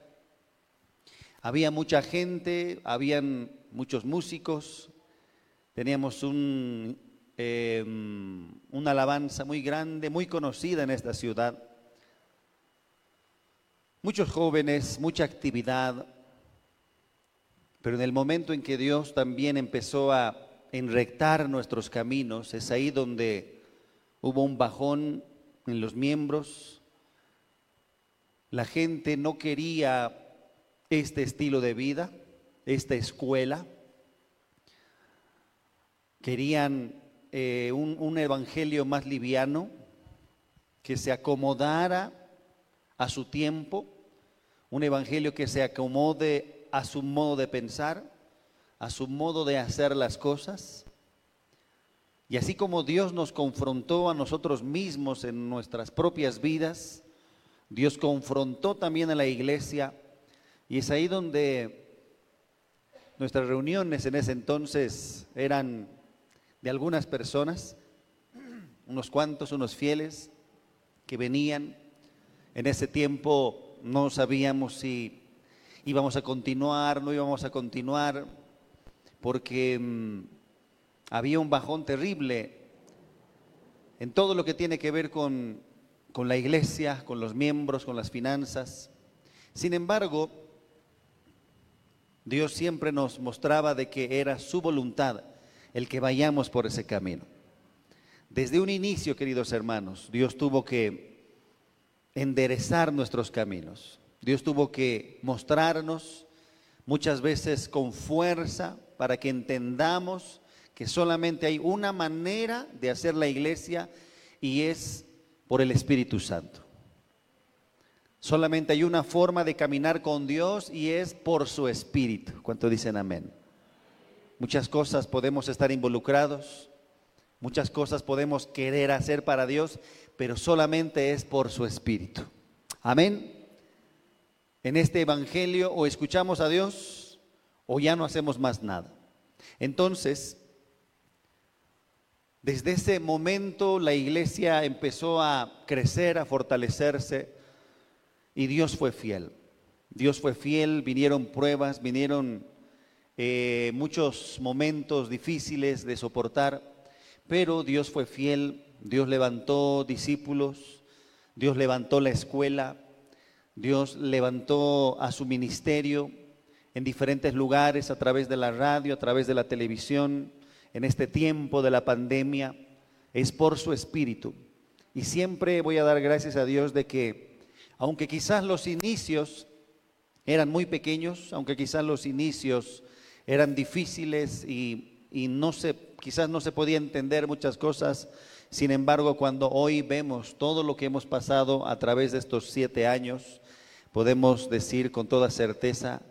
Había mucha gente, habían muchos músicos, teníamos un, eh, una alabanza muy grande, muy conocida en esta ciudad. Muchos jóvenes, mucha actividad, pero en el momento en que Dios también empezó a enrectar nuestros caminos, es ahí donde hubo un bajón en los miembros. La gente no quería este estilo de vida, esta escuela. Querían eh, un, un evangelio más liviano, que se acomodara a su tiempo, un evangelio que se acomode a su modo de pensar, a su modo de hacer las cosas. Y así como Dios nos confrontó a nosotros mismos en nuestras propias vidas, Dios confrontó también a la iglesia. Y es ahí donde nuestras reuniones en ese entonces eran de algunas personas, unos cuantos, unos fieles, que venían. En ese tiempo no sabíamos si íbamos a continuar, no íbamos a continuar, porque mmm, había un bajón terrible en todo lo que tiene que ver con, con la iglesia, con los miembros, con las finanzas. Sin embargo, Dios siempre nos mostraba de que era su voluntad el que vayamos por ese camino. Desde un inicio, queridos hermanos, Dios tuvo que enderezar nuestros caminos. Dios tuvo que mostrarnos muchas veces con fuerza para que entendamos que solamente hay una manera de hacer la iglesia y es por el Espíritu Santo. Solamente hay una forma de caminar con Dios y es por su Espíritu. ¿Cuánto dicen amén? Muchas cosas podemos estar involucrados, muchas cosas podemos querer hacer para Dios, pero solamente es por su Espíritu. Amén en este Evangelio o escuchamos a Dios o ya no hacemos más nada. Entonces, desde ese momento la iglesia empezó a crecer, a fortalecerse y Dios fue fiel. Dios fue fiel, vinieron pruebas, vinieron eh, muchos momentos difíciles de soportar, pero Dios fue fiel, Dios levantó discípulos, Dios levantó la escuela, Dios levantó a su ministerio en diferentes lugares, a través de la radio, a través de la televisión, en este tiempo de la pandemia. Es por su espíritu. Y siempre voy a dar gracias a Dios de que, aunque quizás los inicios eran muy pequeños, aunque quizás los inicios eran difíciles y, y no se, quizás no se podía entender muchas cosas, sin embargo, cuando hoy vemos todo lo que hemos pasado a través de estos siete años, podemos decir con toda certeza,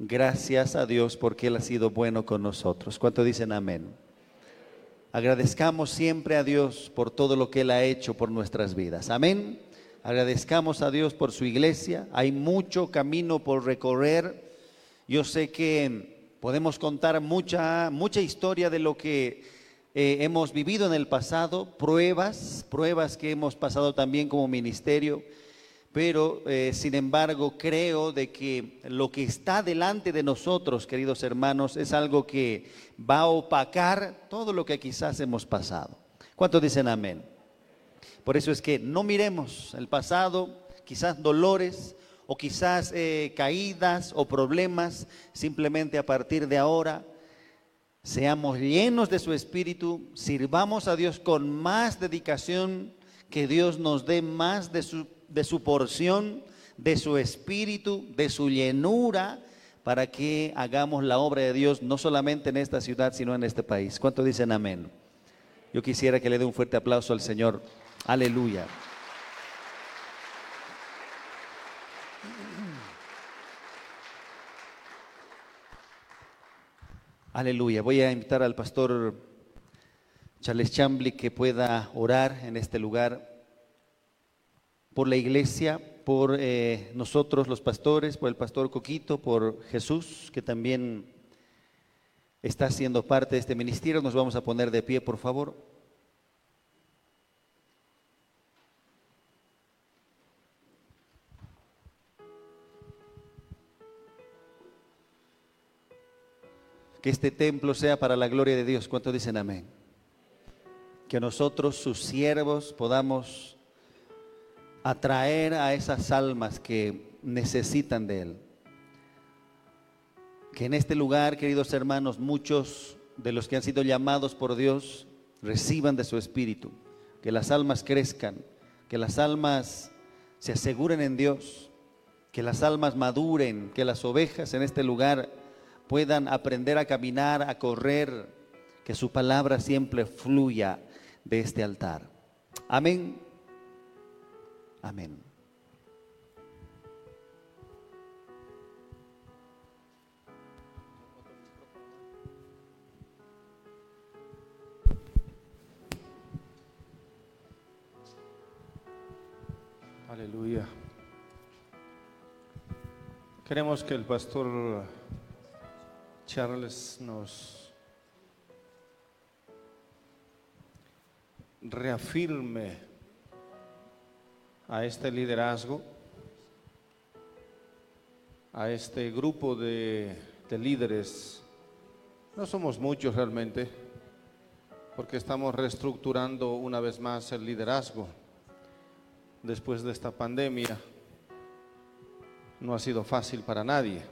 gracias a Dios porque Él ha sido bueno con nosotros. ¿Cuánto dicen amén? Agradezcamos siempre a Dios por todo lo que Él ha hecho por nuestras vidas. Amén. Agradezcamos a Dios por su iglesia. Hay mucho camino por recorrer. Yo sé que podemos contar mucha, mucha historia de lo que eh, hemos vivido en el pasado, pruebas, pruebas que hemos pasado también como ministerio, pero eh, sin embargo creo de que lo que está delante de nosotros, queridos hermanos, es algo que va a opacar todo lo que quizás hemos pasado. ¿Cuántos dicen amén? Por eso es que no miremos el pasado, quizás dolores o quizás eh, caídas o problemas, simplemente a partir de ahora seamos llenos de su espíritu, sirvamos a Dios con más dedicación, que Dios nos dé más de su, de su, porción, de su espíritu, de su llenura, para que hagamos la obra de Dios no solamente en esta ciudad, sino en este país. ¿Cuánto dicen amén? Yo quisiera que le dé un fuerte aplauso al Señor. Aleluya. Aleluya. Voy a invitar al pastor Charles Chambly que pueda orar en este lugar por la iglesia, por eh, nosotros los pastores, por el pastor Coquito, por Jesús, que también está siendo parte de este ministerio. Nos vamos a poner de pie, por favor. Que este templo sea para la gloria de Dios. ¿Cuántos dicen amén? Que nosotros, sus siervos, podamos atraer a esas almas que necesitan de Él. Que en este lugar, queridos hermanos, muchos de los que han sido llamados por Dios reciban de su Espíritu. Que las almas crezcan, que las almas se aseguren en Dios, que las almas maduren, que las ovejas en este lugar puedan aprender a caminar, a correr, que su palabra siempre fluya de este altar. Amén. Amén.
Aleluya. Queremos que el pastor Charles nos reafirme a este liderazgo, a este grupo de, de líderes. No somos muchos realmente, porque estamos reestructurando una vez más el liderazgo después de esta pandemia no ha sido fácil para nadie.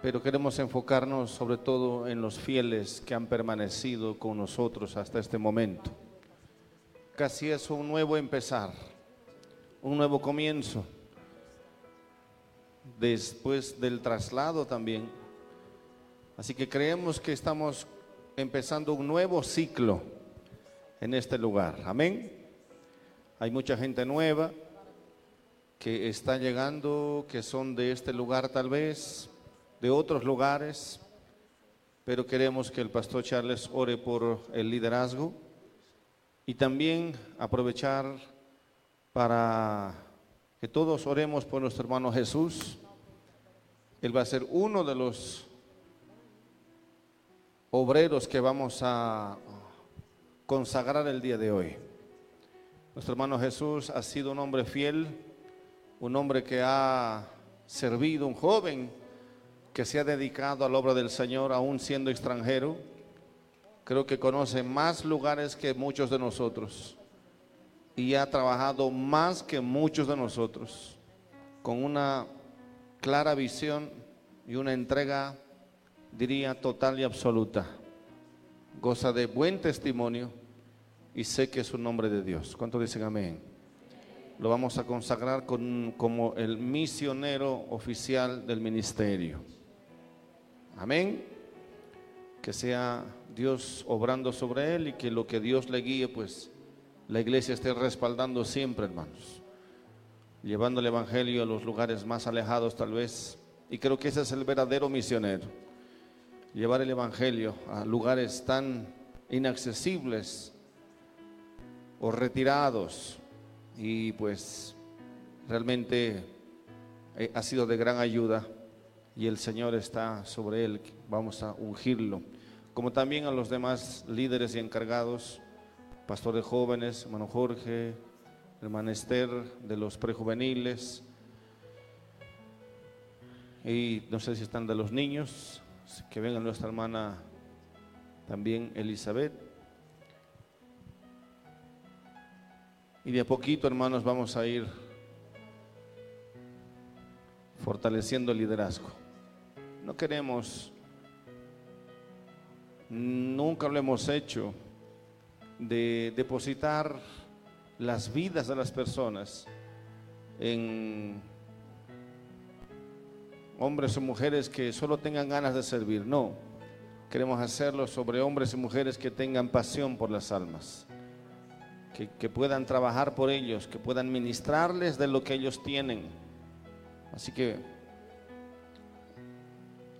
Pero queremos enfocarnos sobre todo en los fieles que han permanecido con nosotros hasta este momento. Casi es un nuevo empezar, un nuevo comienzo. Después del traslado también. Así que creemos que estamos empezando un nuevo ciclo en este lugar. Amén. Hay mucha gente nueva que está llegando, que son de este lugar tal vez, de otros lugares, pero queremos que el pastor Charles ore por el liderazgo y también aprovechar para que todos oremos por nuestro hermano Jesús. Él va a ser uno de los obreros que vamos a consagrar el día de hoy. Nuestro hermano Jesús ha sido un hombre fiel, un hombre que ha servido, un joven que se ha dedicado a la obra del Señor, aún siendo extranjero. Creo que conoce más lugares que muchos de nosotros y ha trabajado más que muchos de nosotros, con una clara visión y una entrega, diría, total y absoluta. Goza de buen testimonio y sé que es un nombre de Dios. ¿Cuántos dicen amén? Lo vamos a consagrar con, como el misionero oficial del ministerio. Amén. Que sea Dios obrando sobre él y que lo que Dios le guíe, pues la iglesia esté respaldando siempre, hermanos. Llevando el Evangelio a los lugares más alejados tal vez. Y creo que ese es el verdadero misionero. Llevar el Evangelio a lugares tan inaccesibles o retirados. Y pues realmente eh, ha sido de gran ayuda y el Señor está sobre él. Vamos a ungirlo. Como también a los demás líderes y encargados, pastores jóvenes, hermano Jorge, hermano Esther, de los prejuveniles. Y no sé si están de los niños, que venga nuestra hermana también Elizabeth. Y de a poquito, hermanos, vamos a ir fortaleciendo el liderazgo. No queremos, nunca lo hemos hecho, de depositar las vidas de las personas en hombres o mujeres que solo tengan ganas de servir. No, queremos hacerlo sobre hombres y mujeres que tengan pasión por las almas. Que, que, puedan trabajar por ellos, que puedan ministrarles de lo que ellos tienen. Así que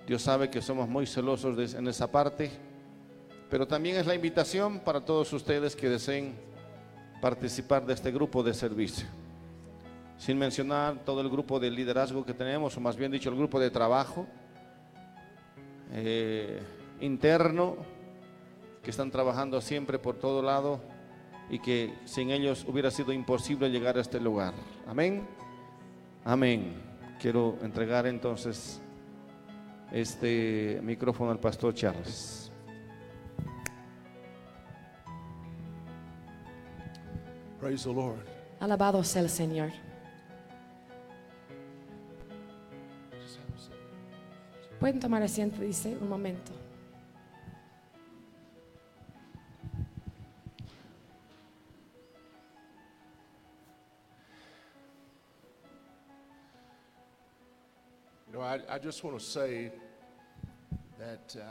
Dios sabe que somos muy celosos de, en esa parte, pero también es la invitación para todos ustedes que deseen participar de este grupo de servicio. Sin mencionar todo el grupo de liderazgo que tenemos, o más bien dicho, el grupo de trabajo, eh, interno que están trabajando siempre por todo lado y que sin ellos hubiera sido imposible llegar a este lugar. Amén. Amén. Quiero entregar entonces este micrófono al pastor Charles.
Praise the Lord.
Alabado sea el Señor. Pueden tomar asiento, dice, un momento.
You know, I, I just want to say that uh,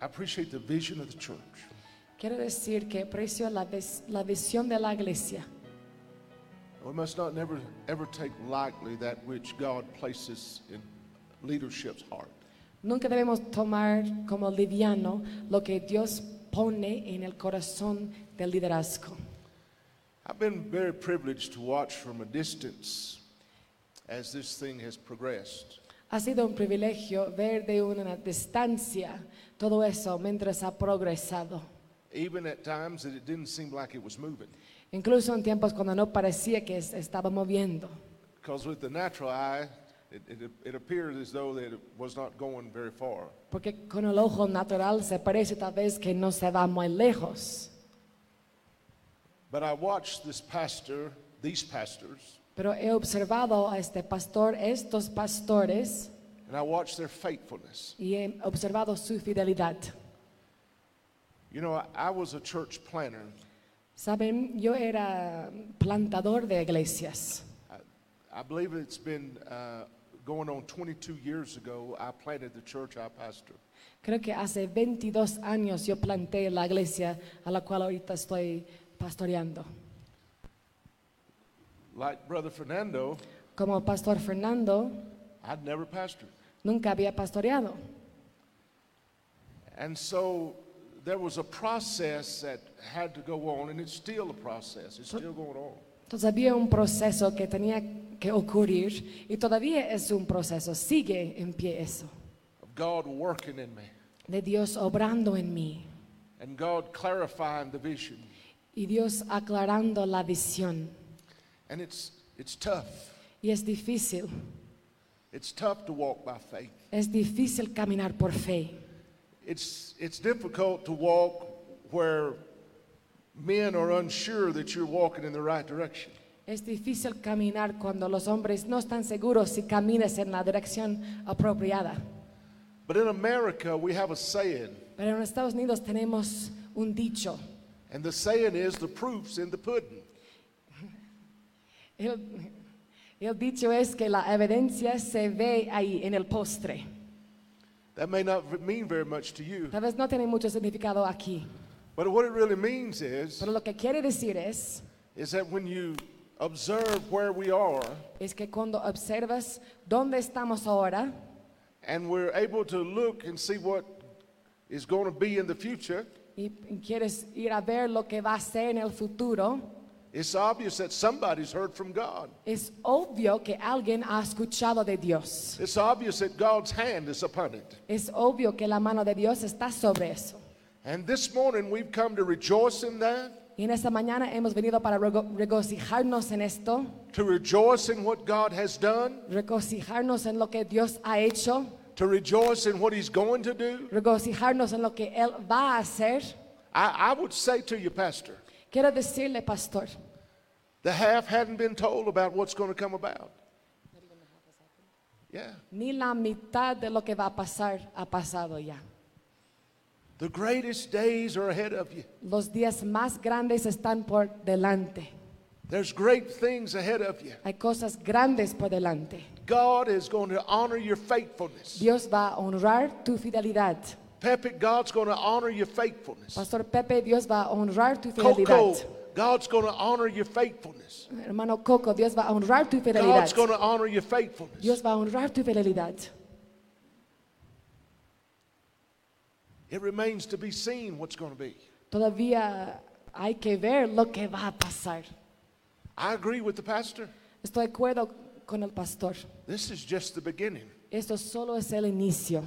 I appreciate the vision of the church.
Quiero decir que aprecio la, vis- la visión de la iglesia.
We must not never ever take lightly that which God places in leadership's heart.
Nunca debemos tomar como liviano lo que Dios pone en el corazón del liderazgo.
I've been very privileged to watch from a distance as this thing has progressed.
Ha sido un privilegio ver de una distancia todo eso mientras ha progresado.
Even at times that it didn't seem like it was moving.
Incluso en tiempos cuando no parecía que se estaba moviendo.
Because with the natural eye, it, it, it appeared as though that it was not going very far.
Porque con el ojo natural se parece tal vez que no se va muy lejos.
But I watched this pastor, these pastors,
Pero he observado a este pastor, estos pastores,
and I watched their faithfulness.
y he observado su fidelidad.
You know, I, I was a church planner.
Saben, yo era plantador de iglesias.
I, I believe it's been uh, going on 22 years ago. I planted the church I pastor.
Creo que hace 22 años yo planté la iglesia a la cual ahorita estoy pastoreando.
Like Brother Fernando,
Como pastor Fernando,
I'd never pastored.
nunca había pastoreado.
And so there was a process that had to go on, and it's still a process. It's still going on.
Entonces había un proceso que tenía que ocurrir y todavía es un proceso, sigue en pie eso,
Of God working in me,
de Dios obrando en mí
and God clarifying the vision.
y Dios aclarando la visión.
And it's, it's tough.
Y es difícil,
It's tough to walk by faith.
es difícil caminar por fe.
It's, it's difficult to walk where men are unsure that you're walking in the right direction.
Es difícil caminar cuando los hombres no están seguros si caminas en la dirección apropiada.
But in America, we have a saying,
Pero en Estados Unidos tenemos un dicho.
and the saying is the proof's in the pudding.
El, el dicho es que la evidencia se ve ahí en el postre.
That may not mean very much to you,
Tal vez no tiene mucho significado aquí,
but what it really means is,
pero lo que quiere decir es,
is that when you observe where we are
es que cuando observas dónde estamos ahora
and we're able to look and see what is going to be in the future,
y quieres ir a ver lo que va a ser en el futuro,
it's obvious that somebody's heard from God.
es obvio que alguien ha escuchado de Dios.
It's obvious that God's hand is upon it.
Es obvio que la mano de Dios está sobre eso.
And this morning we've come to rejoice in that,
Y en esta mañana hemos venido para rego- regocijarnos en esto,
to rejoice in what God has done,
regocijarnos en lo que Dios ha hecho,
to rejoice in what He's going to do.
regocijarnos en lo que Él va a hacer.
I, I would say to you, Pastor,
Quiero decirle, pastor,
the half hadn't been told about what's going to come about. Yeah.
ni la mitad de lo que va a pasar ha pasado ya.
The greatest days are ahead of you.
Los días más grandes están por delante.
There's great things ahead of you.
Hay cosas grandes por delante.
God is going to honor your faithfulness.
Dios va a honrar tu fidelidad.
Pepe, God's going to honor your faithfulness.
Pastor Pepe, Dios va a honrar tu fidelidad.
Coco, God's going to honor your faithfulness.
Hermano Coco, Dios va a honrar tu fidelidad.
God's going to honor your faithfulness.
Dios va a honrar tu fidelidad.
It remains to be seen what's going to be.
Todavía hay que ver lo que va a pasar.
I agree with the pastor.
Estoy de acuerdo con el pastor.
This is just the beginning.
Esto solo es el inicio.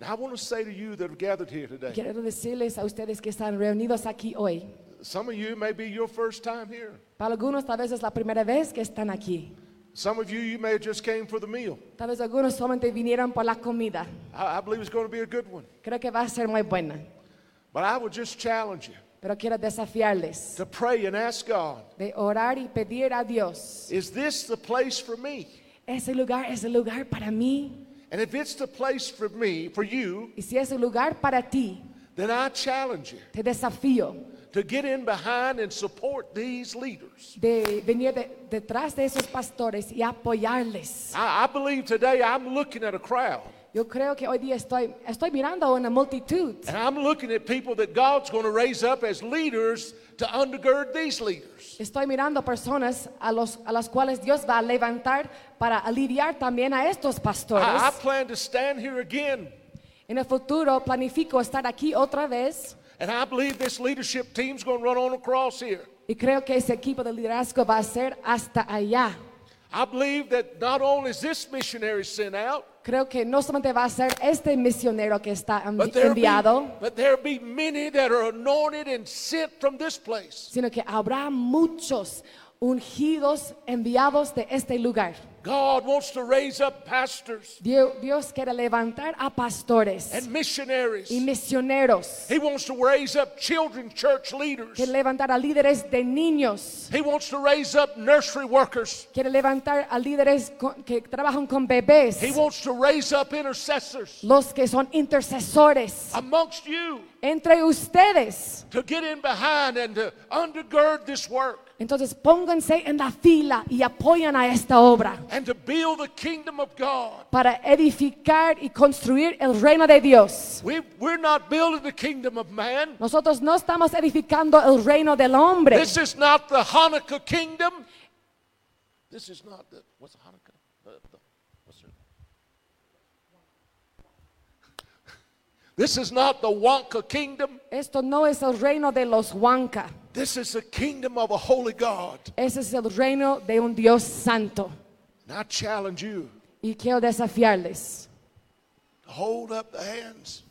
And I want to say to you that are gathered here today,
Quiero decirles a ustedes que están reunidos aquí hoy.
some of you may be your first time here.
Para algunos tal vez es la primera vez que están aquí.
Some of you, you may have just came for the meal.
Tal vez algunos solamente vinieron por la comida.
I, I believe it's going to be a good one.
Creo que va a ser muy buena.
But I would just challenge you
Pero quiero desafiarles
to pray and ask God,
de orar y pedir a Dios.
is this the place for me?
Ese lugar es el lugar para mí.
And if it's the place for me, for you,
Y si es el lugar para ti,
then I challenge you
te desafío
to get in behind and support these leaders.
de venir de- detrás de esos pastores y apoyarles.
I, I believe today I'm looking at a crowd
Yo creo que hoy día estoy, estoy mirando a una multitud
and I'm looking at people that God's going to raise up as leaders to undergird these leaders.
Estoy mirando personas a, los, a las cuales Dios va a levantar para aliviar también a estos pastores.
I, I plan to stand here again
En el futuro planifico estar aquí otra vez
and I believe this leadership team's going to run on across here.
y creo que ese equipo de liderazgo va a ser hasta allá.
I believe that not only is this missionary sent out,
Creo que no solamente va a ser este misionero que está envi-
but there, be,
enviado,
but there be many that are anointed and sent from this place.
sino que habrá muchos ungidos enviados de este lugar.
God wants to raise up pastors
Dio- Dios, quiere levantar a pastores
and missionaries.
y misioneros,
He wants to raise up children church leaders.
que levantar a líderes de niños.
He wants to raise up nursery workers.
Quiere levantar a líderes con- que trabajan con bebés,
He wants to raise up intercessors
los que son intercesores
amongst you
entre ustedes.
to get in behind and to undergird this work
Entonces pónganse en la fila y apoyan a esta obra
and to build the kingdom of God.
para edificar y construir el reino de Dios.
We, we're not building the kingdom of man.
Nosotros no estamos edificando el reino del hombre.
This is not the Hanukkah kingdom. This is not the what's Hanukkah? Uh, the- what's her- This is not the Wonka kingdom.
Esto no es el reino de los Huanca.
This is the kingdom of a holy God.
Ese es el reino de un Dios santo.
And I challenge you
Y quiero desafiarles
to hold up the hands,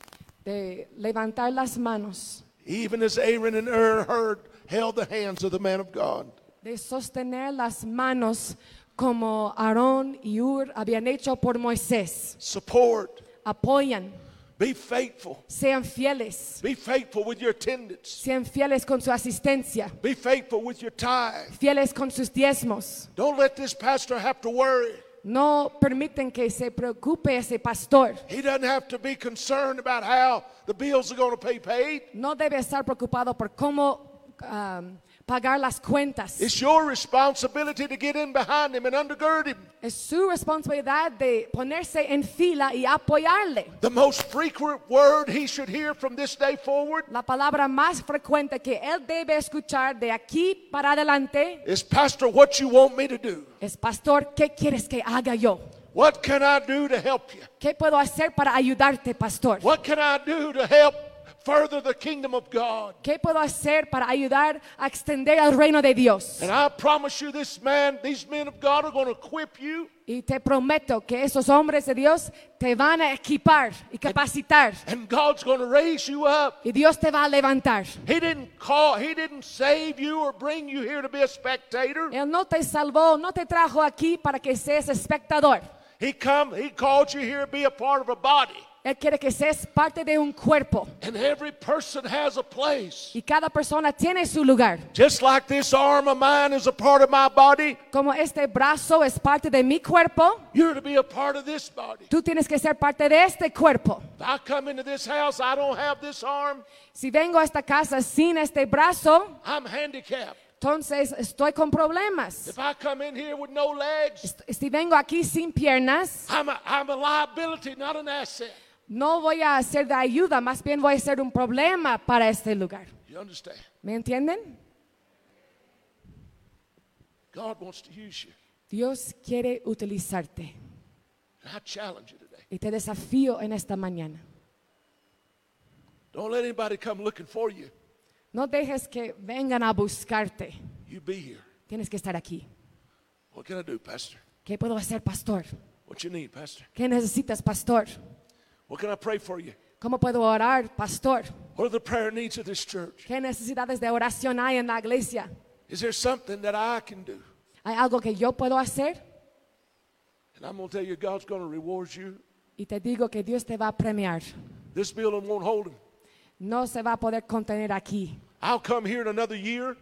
de levantar las manos
even as Aaron and Ur heard, held the hands of the man of God.
de sostener las manos como Aarón y Ur habían hecho por Moisés.
Support.
Apoyan,
Be faithful.
sean fieles,
Be faithful with your attendance.
sean fieles con su asistencia,
Be faithful with your tithe.
fieles con sus diezmos.
Don't let this pastor have to worry.
No permiten que se preocupe ese pastor.
He doesn't have to be concerned about how the bills are going to be paid.
No debe estar preocupado por cómo um, pagar las cuentas.
It's your responsibility to get in behind him and undergird him.
Es su responsabilidad de ponerse en fila y apoyarle.
The most frequent word he should hear from this day forward
La palabra más frecuente que él debe escuchar de aquí para adelante
is Pastor, what you want me to do?
Es pastor, ¿qué quieres que haga yo?
What can I do to help you?
¿Qué puedo hacer para ayudarte, pastor?
What can I do to help further the kingdom of God?
¿Qué puedo hacer para ayudar a extender el reino de Dios?
And I promise you, this man, these men of God are going to equip you
Y te prometo que esos hombres de Dios te van a equipar y capacitar.
and God's going to raise you up.
Y Dios te va a levantar.
He didn't call, he didn't save you or bring you here to be a spectator.
Él no te salvó, no te trajo aquí para que seas espectador.
He come, he called you here to be a part of a body.
Él quiere que seas parte de un cuerpo.
And every person has a place.
Y cada persona tiene su lugar.
Just like this arm of mine is a part of my body,
Como este brazo es parte de mi cuerpo,
you're to be a part of this body.
tú tienes que ser parte de este cuerpo.
If I come into this house, I don't have this arm,
Si vengo a esta casa sin este brazo,
I'm handicapped.
entonces estoy con problemas.
If I come in here with no legs,
Est- Si vengo aquí sin piernas,
I'm a, I'm a liability, not an asset.
no voy a ser de ayuda, más bien voy a ser un problema para este lugar.
You understand?
¿Me entienden?
God wants to use you.
Dios quiere utilizarte
And I challenge you today.
y te desafío en esta mañana.
Don't let anybody come looking for you.
No dejes que vengan a buscarte.
You be here.
Tienes que estar aquí.
What can I do, Pastor?
¿Qué puedo hacer, pastor?
What you need, Pastor?
¿Qué necesitas, pastor?
What can I pray for you?
¿Cómo puedo orar, pastor?
What are the prayer needs of this church?
¿Qué necesidades de oración hay en la iglesia?
Is there something that I can do?
¿Hay algo que yo puedo hacer?
And I'm going to tell you, God's going to reward you.
Y te digo que Dios te va a premiar.
This building won't hold him.
No se va a poder contener aquí.
I'll come here in another year.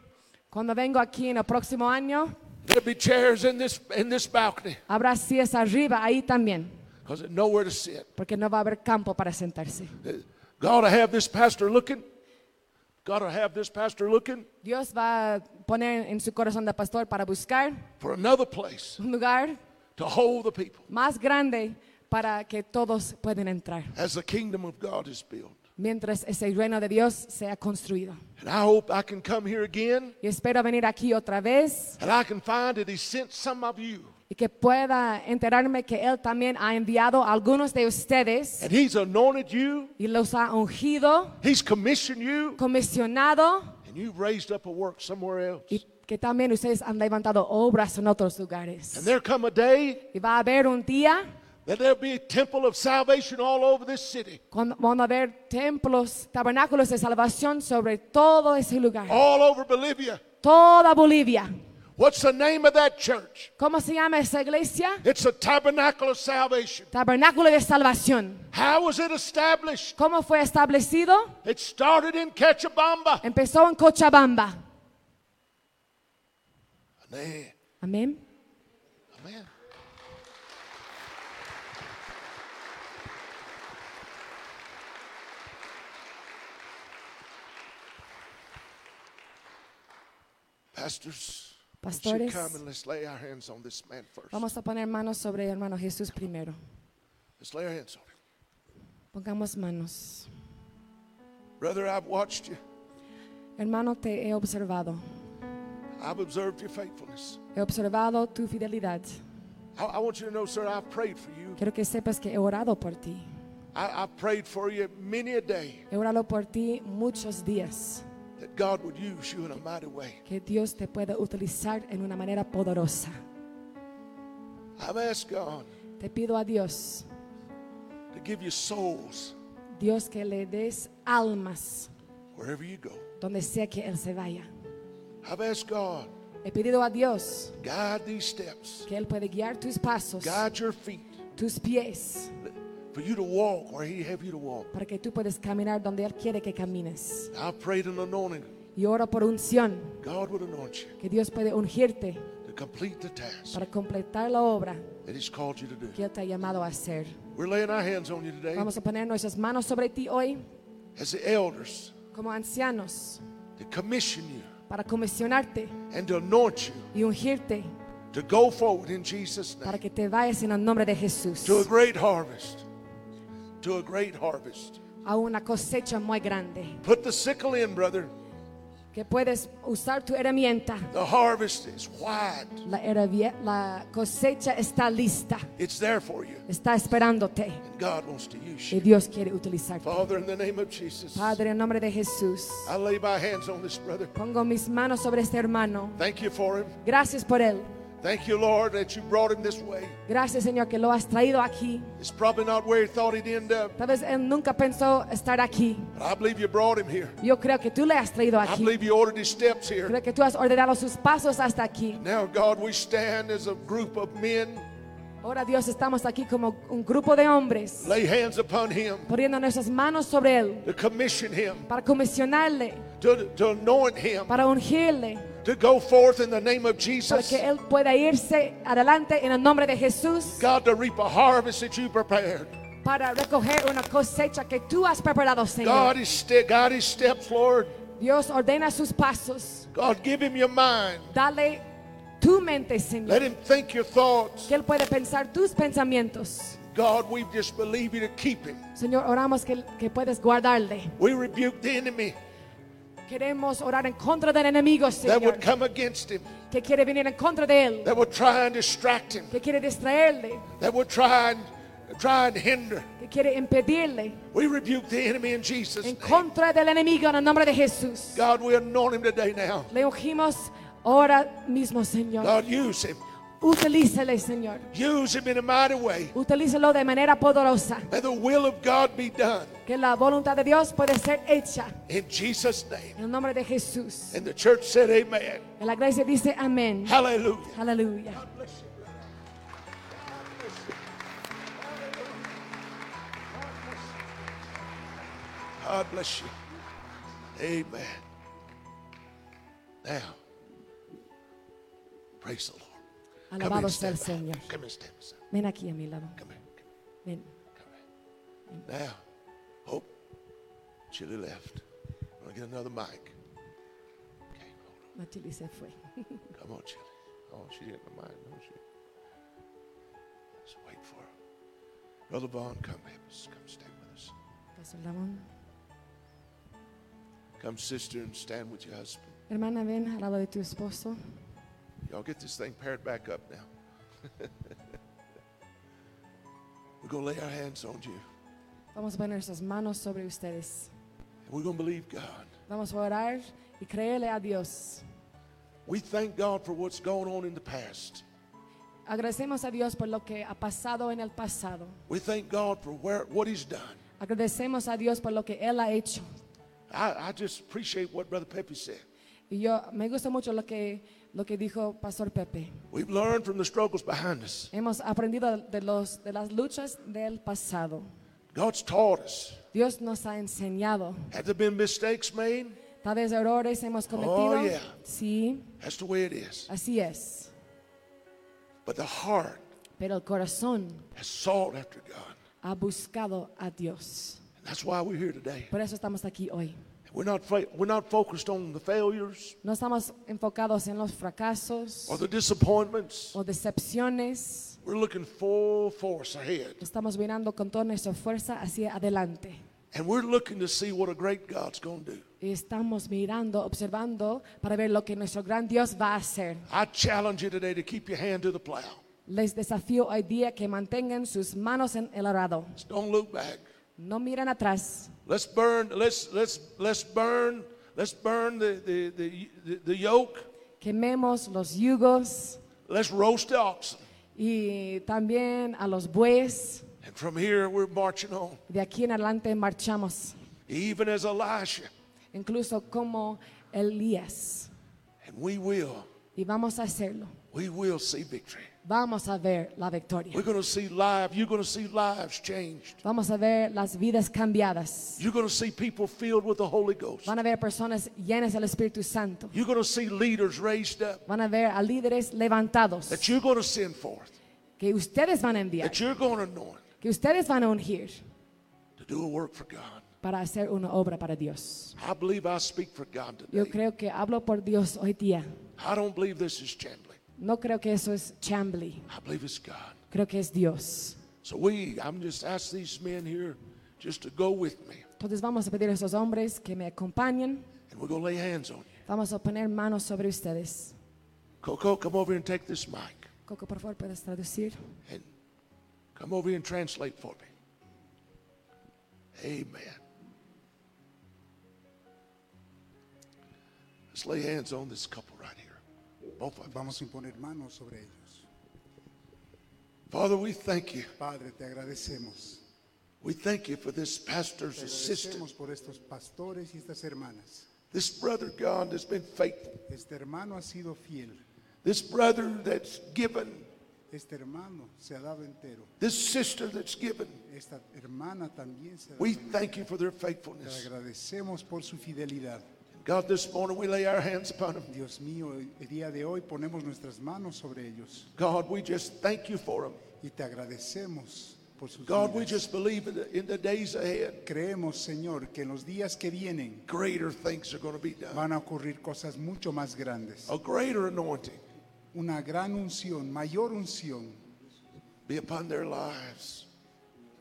Cuando vengo aquí en el próximo año,
There'll be chairs in this in this balcony
habrá sillas arriba ahí también,
because there's nowhere to sit.
porque no va a haber campo para sentarse.
God will have this pastor looking. God will have this pastor looking
Dios va a poner en su corazón de pastor para buscar
for another place
un lugar
to hold the people
más grande para que todos puedan entrar,
as the kingdom of God is built.
mientras ese reino de Dios sea construido.
And I hope I can come here again
Y espero venir aquí otra vez
and I can find that He sent some of you.
y que pueda enterarme que Él también ha enviado a algunos de ustedes
And He's anointed you,
y los ha ungido,
He's commissioned you,
comisionado
and you've raised up a work somewhere else.
y que también ustedes han levantado obras en otros lugares.
And there come a day
Y va a haber un día
that there'll be a temple of salvation all over this city,
cuando van a haber templos, tabernáculos de salvación sobre todo ese lugar,
all over Bolivia.
toda Bolivia.
What's the name of that church?
¿Cómo se llama esa iglesia?
It's a tabernacle of salvation.
Tabernáculo de salvación.
How was it established?
¿Cómo fue establecido?
It started in Cachabamba.
Empezó en Cochabamba.
Amen.
Amén.
Amen. Pastors, won't you
Pastores.
come and let's lay our hands on this man first.
Vamos a poner manos sobre el hermano Jesús primero.
Let's lay our hands on him.
Pongamos manos.
Brother, I've watched you.
Hermano, te he observado.
I've observed your faithfulness.
He observado tu fidelidad.
I, I want you to know, sir, I've prayed for you.
Quiero que sepas que he orado por ti.
I, I've prayed for you many a day
He orado por ti muchos días.
that God would use you in a mighty way.
Que Dios te pueda utilizar en una manera poderosa.
I've asked God
Te pido a Dios,
to give you souls
Dios que le des almas
wherever you go.
donde sea que Él se vaya.
I've asked God,
He pedido a Dios
guide these steps,
que Él puede guiar tus pasos,
guide your feet,
tus pies,
for you to walk where He have you to walk.
para que tú puedas caminar donde Él quiere que camines.
I've prayed an anointing.
Y oro por unción,
God would anoint you
que Dios puede ungirte
to complete the task
para completar la obra
that He's called you to do.
que Él te ha llamado a hacer.
We're laying our hands on you today
Vamos a poner nuestras manos sobre ti hoy
as the elders
como ancianos
to commission you
para comisionarte
and to anoint you
y ungirte
to go forward in Jesus' name.
para que te vayas en el nombre de Jesús
to a great harvest. To a great harvest.
a una cosecha muy grande.
Put the sickle in, brother.
que puedes usar tu herramienta.
The harvest is wide.
La, herravie- la cosecha está lista,
It's there for you.
está esperándote
And God wants to use
y
you.
Dios quiere utilizarte.
Father, in the name of Jesus,
Padre, en nombre de Jesús,
I lay my hands on this brother.
pongo mis manos sobre este hermano.
Thank you for him.
Gracias por él.
Thank you, Lord, that you brought him this way.
Gracias, Señor, que lo has traído aquí.
It's probably not where he thought he'd end up,
Tal vez él nunca pensó estar aquí.
but I believe you brought him here.
Yo creo que tú le has traído
I
aquí.
believe you ordered his steps here.
Creo que tú has ordenado sus pasos hasta aquí.
Now, God, we stand as a group of men,
Ahora, Dios, estamos aquí como un grupo de hombres,
lay hands upon him,
poniendo nuestras manos sobre él
to commission him,
para comisionarle,
to, to anoint him,
para ungirle.
to go forth in the name of
para
Jesus.
que él pueda irse adelante en el nombre de Jesús
God, to reap a harvest that you prepared.
para recoger una cosecha que tú has preparado, Señor.
God is ste- guide his steps, Lord.
Dios ordena sus pasos.
God, give him your mind.
Dale tu mente,
Let
Señor,
him think your thoughts.
que él puede pensar tus pensamientos.
God, we just believe you to keep him.
Señor, oramos que, que puedes guardarle.
We rebuke the enemy
Queremos orar en contra del enemigo,
that
Señor,
would come against him,
que quiere venir en contra de él,
that would try and distract him,
que quiere distraerle,
that would try and try and hinder.
que quiere impedirle.
We rebuke the enemy in Jesus'
En
name.
contra del enemigo en el nombre de Jesús.
God, we anoint him today now.
Le ungimos ahora mismo, Señor.
God, use him.
Utilícele, Señor.
Use him in a mighty way.
Utilícelo de manera poderosa.
May the will of God be done
Que la voluntad de Dios puede ser hecha.
in Jesus' name.
En el nombre de Jesús.
And the church said, Amen.
La iglesia dice amén.
Hallelujah.
Aleluya.
God bless you. Amen. Now, praise the Lord. Come
Alabado
here,
sea el
stand by.
Señor.
Come and stand beside. me.
Ven aquí a mi lado.
Come here.
Ven.
Come here. Now, hope. Chili left. I'm gonna get another mic. Okay, hold
Matili se fue.
on. Come on, Chili. Oh, she didn't mind, no she. Let's wait for her. Brother Vaughn, come help us. Come stand with us.
Pastor Ramón.
Come, sister, and stand with your husband.
Hermana, ven al lado de tu esposo.
Y'all get this thing paired back up now. we're going to lay our hands on you.
Vamos a poner nuestras manos sobre ustedes.
And we're going to believe God.
Vamos a orar y creerle a Dios.
We thank God for what's going on in the past.
Agradecemos a Dios por lo que ha pasado en el pasado.
We thank God for where, what He's done.
Agradecemos a Dios por lo que Él ha hecho.
I, I just appreciate what Brother Pepe said.
Y yo me gusta mucho lo que, lo que dijo Pastor Pepe.
We've learned from the struggles behind us.
Hemos aprendido de, los, de las luchas del pasado.
God's taught us.
Dios nos ha enseñado.
Have there been mistakes made?
Tal vez errores hemos cometido.
yeah.
Sí,
That's the way it is.
así es.
But the heart
Pero el corazón
has sought after God.
ha buscado a Dios.
And that's why we're here today.
Por eso estamos aquí hoy.
We're not, fa- we're not focused on the failures
No estamos enfocados en los fracasos
or the disappointments.
o decepciones.
We're looking full force ahead.
Estamos mirando con toda nuestra fuerza hacia adelante.
And we're looking to see what a great God's going to do.
Y estamos mirando, observando para ver lo que nuestro gran Dios va a hacer.
I challenge you today to keep your hand to the plow.
Les desafío hoy día que mantengan sus manos en el arado.
Just don't look back.
No miren atrás.
Let's burn, let's, let's, let's burn, let's burn the, the, the, the, the yoke.
Quememos los yugos
Let's roast the oxen.
y también a los bueyes.
And from here, we're marching on.
De aquí en adelante marchamos,
Even as Elisha.
incluso como Elías.
And we will,
Y vamos a hacerlo.
we will see victory.
Vamos a ver la victoria.
We're going to see live, you're going to see lives changed.
Vamos a ver las vidas cambiadas.
You're going to see people filled with the Holy Ghost.
Van a ver personas llenas del Espíritu Santo.
You're going to see leaders raised up.
Van a ver a líderes levantados
that you're going to send forth,
que ustedes van a enviar,
that you're going to anoint
que ustedes van a ungir
to do a work for God.
para hacer una obra para Dios.
I believe I speak for God
Yo
today.
creo que hablo por Dios hoy día.
I don't believe this is Chamblee.
No creo que eso es chambly.
I believe it's God.
Creo que es Dios.
So we, I'm just ask these men here just to go with me,
Entonces vamos a pedir a esos hombres que me acompañen.
and we're going to lay hands on you.
Vamos a poner manos sobre ustedes.
Coco, come over here and take this mic,
Coco, por favor, puedes traducir.
and come over here and translate for me. Amen. Let's lay hands on this couple right here, both of them.
Vamos a imponer manos sobre ellos.
Father, we thank you.
Padre, te agradecemos.
We thank you for this pastor's
Te
assistant,
agradecemos por estos pastores y estas hermanas.
this brother, God, that's been faithful,
Este hermano ha sido fiel.
this brother that's given,
Este hermano se ha dado entero.
this sister that's given.
Esta hermana también se ha dado
We
entero.
thank you for their
Te
faithfulness.
agradecemos por su fidelidad.
God, this morning we lay our hands upon them.
Dios mío, el día de hoy ponemos nuestras manos sobre ellos
God, we just thank you for them.
y te agradecemos por su
God, we just believe in the, in the days ahead,
Creemos, Señor, que en los días que vienen
greater things are going to be done,
van a ocurrir cosas mucho más grandes.
a greater anointing
Una gran unción, mayor unción,
be upon their lives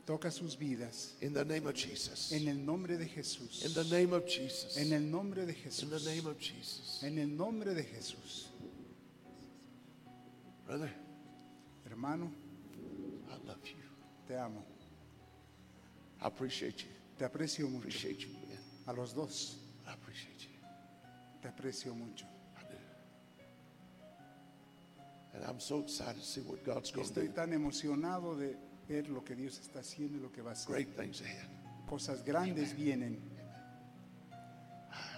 toca sus vidas.
in the name of Jesus.
En el nombre de Jesús.
In the name of Jesus.
En
In
el nombre de Jesús.
the name of Jesus.
En el nombre de Jesús.
Brother,
Hermano,
I love you.
te amo.
I appreciate you.
Te aprecio mucho.
Appreciate you, man.
A los dos,
I appreciate you.
te aprecio mucho.
I do. And I'm so excited to see what God's going to
Estoy
do.
tan emocionado de ver lo que Dios está haciendo y lo que va a hacer.
Great things ahead.
Cosas grandes vienen.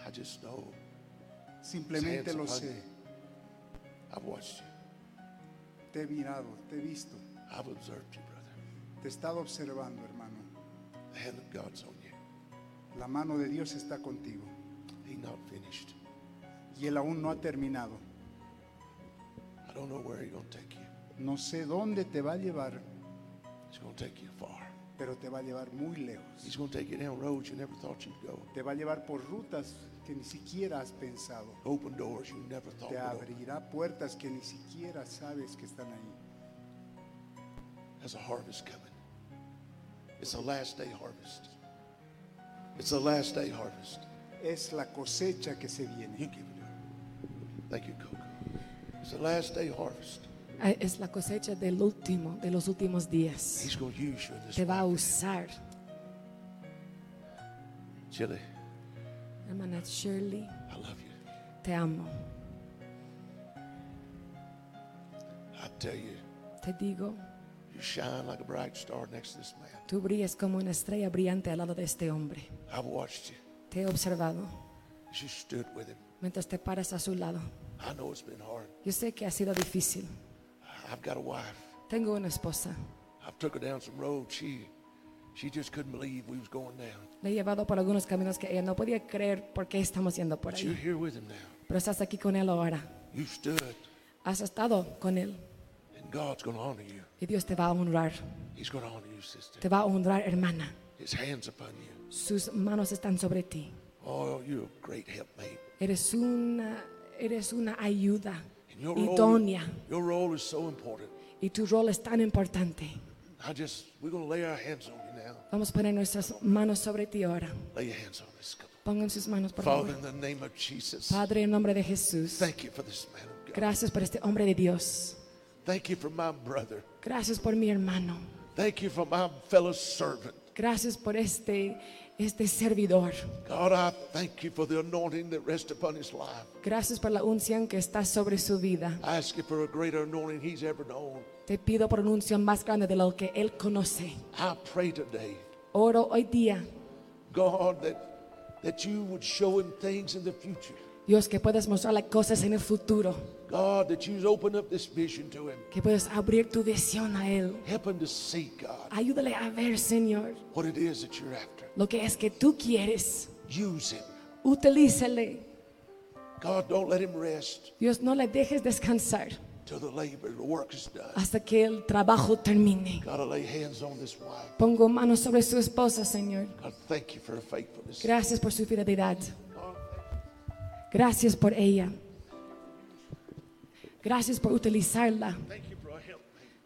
I just know.
Simplemente lo
His hands upon
sé.
you. I've watched you.
Te he mirado, te he visto.
I've observed you, brother.
Te he estado observando, hermano.
The hand of God's on you.
La mano de Dios está contigo.
He's not finished.
Y Él aún no ha terminado.
I don't know where He's going to take you.
No sé dónde te va a llevar,
He's going to take you far.
pero te va a llevar muy lejos.
He's going to take you down roads you never thought you'd go.
Te va a llevar por rutas que ni siquiera has pensado.
Open doors you never thought
Te
would open.
abrirá puertas que ni siquiera sabes que están ahí.
There's a harvest coming. It's the last day harvest. It's the last day harvest.
Es la cosecha que se viene.
You give it up. Thank you, Coco. It's the last day harvest.
Ah, Es la cosecha del último, de los últimos días.
He's going to use you in this
Te va a
way.
usar,
Chili,
hermana Shirley.
I love you.
Te amo.
I tell you,
Te digo,
you shine like a bright star next to this man.
tú brillas como una estrella brillante al lado de este hombre.
I've watched you
Te he observado
as you stood with him.
mientras te paras a su lado.
I know it's been hard.
Yo sé que ha sido difícil.
I've got a wife.
Tengo una esposa.
I've took her down some roads. She, she just couldn't believe we was going down.
Le he llevado por algunos caminos que ella no podía creer por qué estamos yendo por
But you're
ahí.
here with him now.
Pero estás aquí con él ahora.
You stood,
Has estado con él
and God's going to honor you.
y Dios te va a honrar.
He's going to honor you, sister.
Te va a honrar, hermana.
His hands upon you.
Sus manos están sobre ti.
Oh, you're a great helpmate.
Eres una, eres una ayuda
And your role,
idónea
your role is so important.
y tu rol es tan importante.
I just, we're going to lay our hands on you now.
Vamos a poner nuestras manos sobre ti ahora.
Lay your hands on this couple.
Pongan sus manos, por
Father,
favor.
in the name of Jesus,
Padre, en nombre de Jesús,
thank you for this man of God.
gracias por este hombre de Dios.
Thank you for my brother.
Gracias por mi hermano.
Thank you for my fellow servant.
Gracias por este, este servidor.
God, I thank you for the anointing that rests upon his life.
Gracias por la unción que está sobre su vida.
I ask you for a greater anointing he's ever known.
Te pido por una unción más grande de lo que él conoce.
I pray today,
Oro hoy día,
God, that, that you would show him things in the future.
Dios, que puedas mostrarle cosas en el futuro,
God, that you'd open up this vision to him.
que puedas abrir tu visión a él.
Help him to see, God,
Ayúdale a ver, Señor,
what it is that you're after.
lo que es que tú quieres.
Use him.
Utilízale.
God, don't let him rest
Dios, no le dejes descansar
till the labor, the work is done.
hasta que el trabajo termine.
God, I lay hands on this wife.
Pongo manos sobre su esposa, Señor.
God, thank you for her faithfulness.
Gracias por su fidelidad. Gracias por ella. Gracias por utilizarla.
Thank you for her help.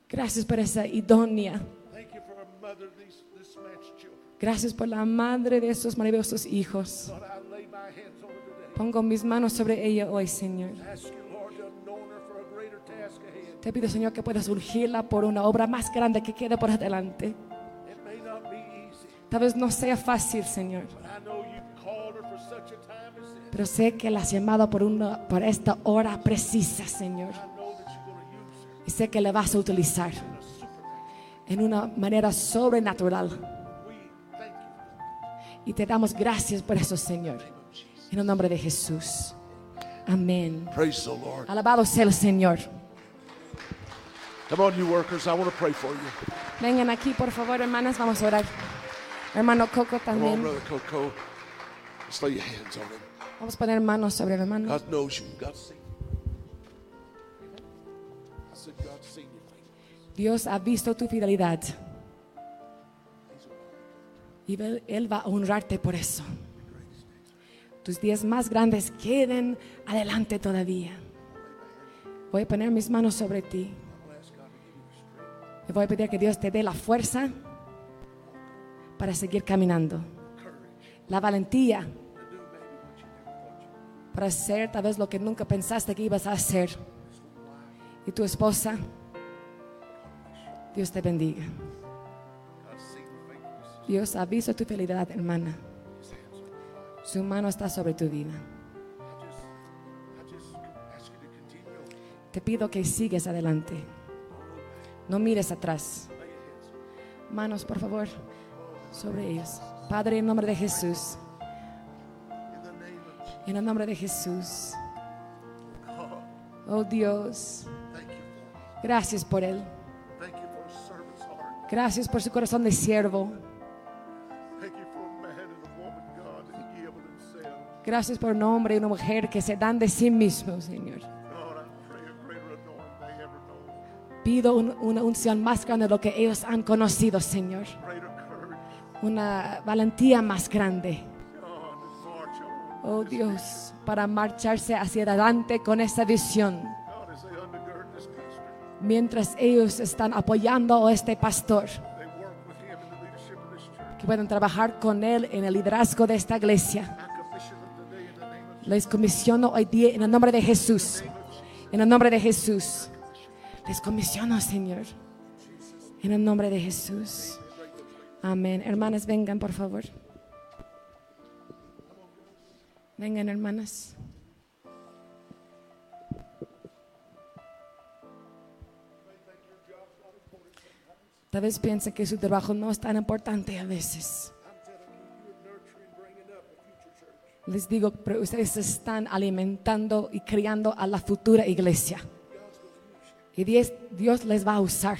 Gracias por esa idónea.
Thank you for her mother, these, this man's children.
Gracias por la madre de esos maravillosos hijos.
God, I lay my hands on her today.
Pongo mis manos sobre ella hoy, Señor.
I ask you, Lord, to anoint her for a greater task ahead.
Te pido, Señor, que puedas surgirla por una obra más grande que quede por adelante.
It may not be easy,
Tal vez no sea fácil, Señor,
but I know you've called her for such a time as this.
pero sé que la has llamado por, una, por esta hora precisa, Señor.
I know that you're going to use her
Y sé que la vas a utilizar
in a supernatural.
en una manera sobrenatural.
We thank you
Y te damos gracias por eso, Señor. En el nombre de Jesús. Amén.
Praise the Lord.
Alabado sea el Señor.
Come on, you workers. I want to pray for you.
Vengan aquí, por favor, hermanas, vamos a orar. Hermano Coco
Come on,
también.
Brother Coco. Just lay your hands on him.
Vamos a poner manos sobre el hermano.
God knows you. God sees you. I said, God's seen you.
Dios ha visto tu fidelidad. Y ve- Él va a honrarte por eso. Tus días más grandes queden adelante todavía. Voy a poner mis manos sobre ti. Y voy a pedir que Dios te dé la fuerza para seguir caminando. La valentía para hacer tal vez lo que nunca pensaste que ibas a hacer. Y tu esposa. Dios te bendiga. Dios ha visto tu fidelidad, hermana. Su mano está sobre tu vida. Te pido que sigues adelante. No mires atrás. Manos, por favor, sobre ellos. Padre, en nombre de Jesús. En el nombre de Jesús. Oh Dios. Gracias por él.
Thank you for a servant's heart.
Gracias por su corazón de siervo.
Thank you for a man and a woman, God, that give of themselves.
Gracias por un hombre y una mujer que se dan de sí mismos, Señor.
Lord, I pray a greater anointing they ever known.
Pido un- una unción más grande de lo que ellos han conocido, Señor.
Greater courage.
Una valentía más grande.
God, to march on.
Oh Dios, para marcharse hacia adelante con esa visión.
God, as they undergird this pastor,
Mientras ellos están apoyando a este pastor,
they work with him in the leadership of this church.
que puedan trabajar con él en el liderazgo de esta iglesia.
I commission them today in the name of
Les comisiono hoy día en el nombre de Jesús. En el nombre de Jesús. Les comisiono, Señor. En el nombre de Jesús. Amén. Hermanas, vengan, por favor. Vengan, hermanas. Tal vez piensen que su trabajo no es tan importante a veces. Les digo, pero ustedes están alimentando y criando a la futura iglesia. Y Dios, Dios les va a usar.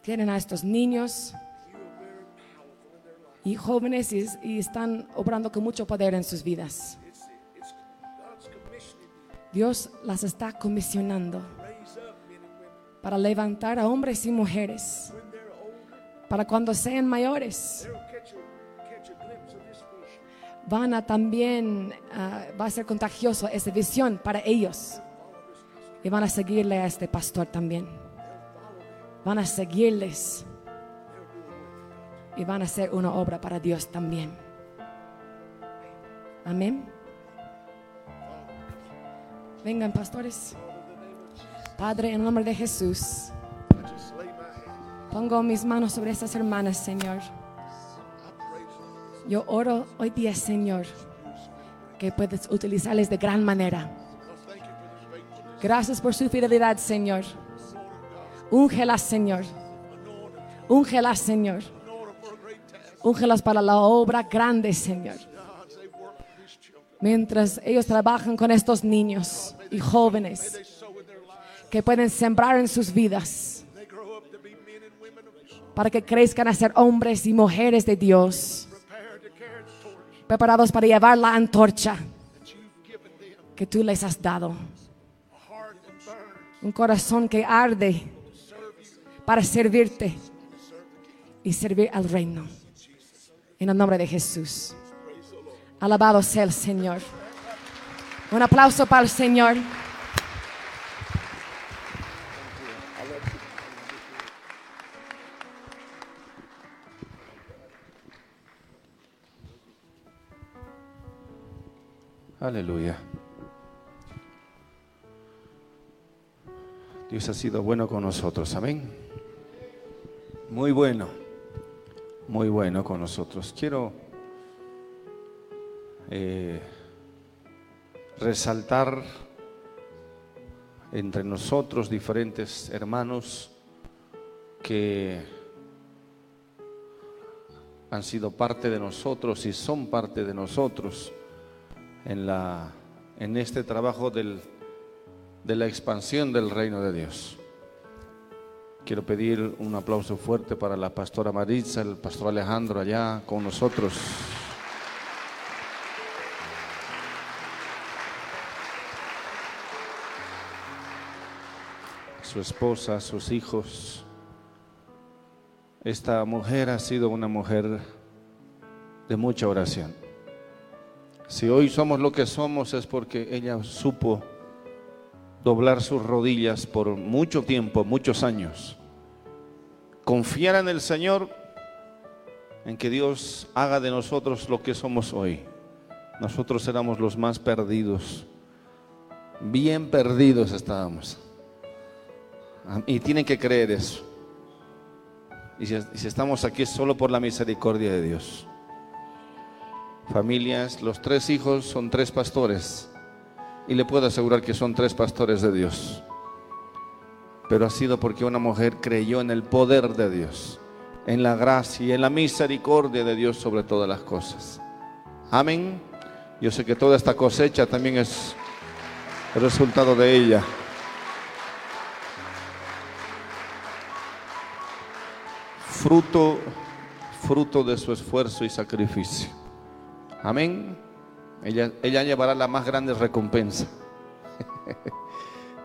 Tienen a estos niños y jóvenes y, y están obrando con mucho poder en sus vidas. Dios las está comisionando para levantar a hombres y mujeres para cuando sean mayores van a también, ah, va a ser contagioso esa visión para ellos. Y van a seguirle a este pastor también. Van a seguirles. Y van a hacer una obra para Dios también. Amén. Vengan, pastores. Padre, en el nombre de Jesús,
I just lay my hand.
pongo mis manos sobre estas hermanas, Señor.
I pray for them.
Yo oro hoy día, Señor, que puedes utilizarles de gran manera.
Lord, thank you for this faithfulness.
Gracias por su fidelidad, Señor. Úngelas, Señor. Úngelas, Señor.
Lord, for a great task.
Úngelas para la obra grande, Señor.
God, as they work with these children.
Mientras ellos trabajan con estos niños y jóvenes
They sow in their lives.
que pueden sembrar en sus vidas
They grow up to be men and women of God,
para que crezcan a ser hombres y mujeres de Dios,
prepared to carry the torch
preparados para llevar la antorcha
that you've given them.
que tú les has dado.
A heart that burns
Un corazón que arde
to serve you,
para servirte
to serve the King.
y servir al reino. En el nombre de Jesús. Alabado sea el Señor. Un aplauso para el Señor.
Aleluya. Dios ha sido bueno con nosotros, amén. Muy bueno, muy bueno con nosotros. Quiero eh, resaltar entre nosotros diferentes hermanos que han sido parte de nosotros y son parte de nosotros en, la, en este trabajo del- de la expansión del reino de Dios. Quiero pedir un aplauso fuerte para la pastora Maritza, el pastor Alejandro allá con nosotros. Su esposa, sus hijos. Esta mujer ha sido una mujer de mucha oración. Si hoy somos lo que somos es porque ella supo doblar sus rodillas por mucho tiempo, muchos años. Confiar en el Señor, en que Dios haga de nosotros lo que somos hoy. Nosotros éramos los más perdidos, bien perdidos estábamos. Am- Y tienen que creer eso. Y si- y si estamos aquí es solo por la misericordia de Dios familias, los tres hijos son tres pastores. Y le puedo asegurar que son tres pastores de Dios. Pero ha sido porque una mujer creyó en el poder de Dios, en la gracia y en la misericordia de Dios sobre todas las cosas. Amén. Yo sé que toda esta cosecha también es el resultado de ella. Fruto, fruto de su esfuerzo y sacrificio. Amén. Ella, ella llevará la más grande recompensa.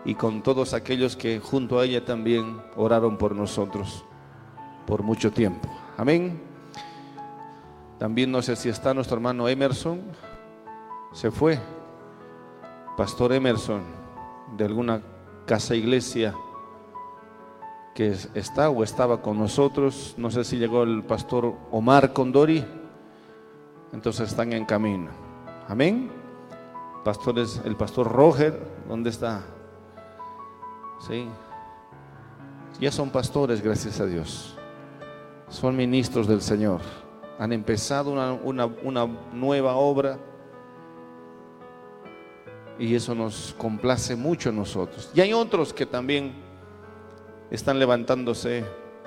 y con todos aquellos que junto a ella también oraron por nosotros por mucho tiempo. Amén. También no sé si está nuestro hermano Emerson. Se fue. Pastor Emerson, de alguna casa iglesia que es- está o estaba con nosotros. No sé si llegó el pastor Omar Condori. Entonces están en camino. Amén. Pastores, el pastor Roger, ¿dónde está? Sí. Ya son pastores, gracias a Dios. Son ministros del Señor. Han empezado una, una- una nueva obra. Y eso nos complace mucho a nosotros. Y hay otros que también están levantándose,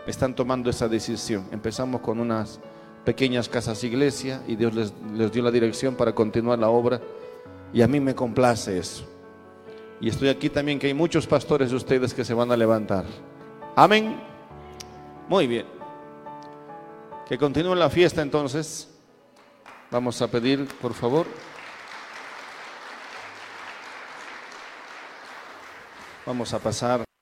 están tomando esa decisión. Empezamos con unas pequeñas casas iglesia y Dios les, les dio la dirección para continuar la obra. Y a mí me complace eso. Y estoy aquí también que hay muchos pastores de ustedes que se van a levantar. Amén. Muy bien. Que continúe la fiesta entonces. Vamos a pedir, por favor. Vamos a pasar.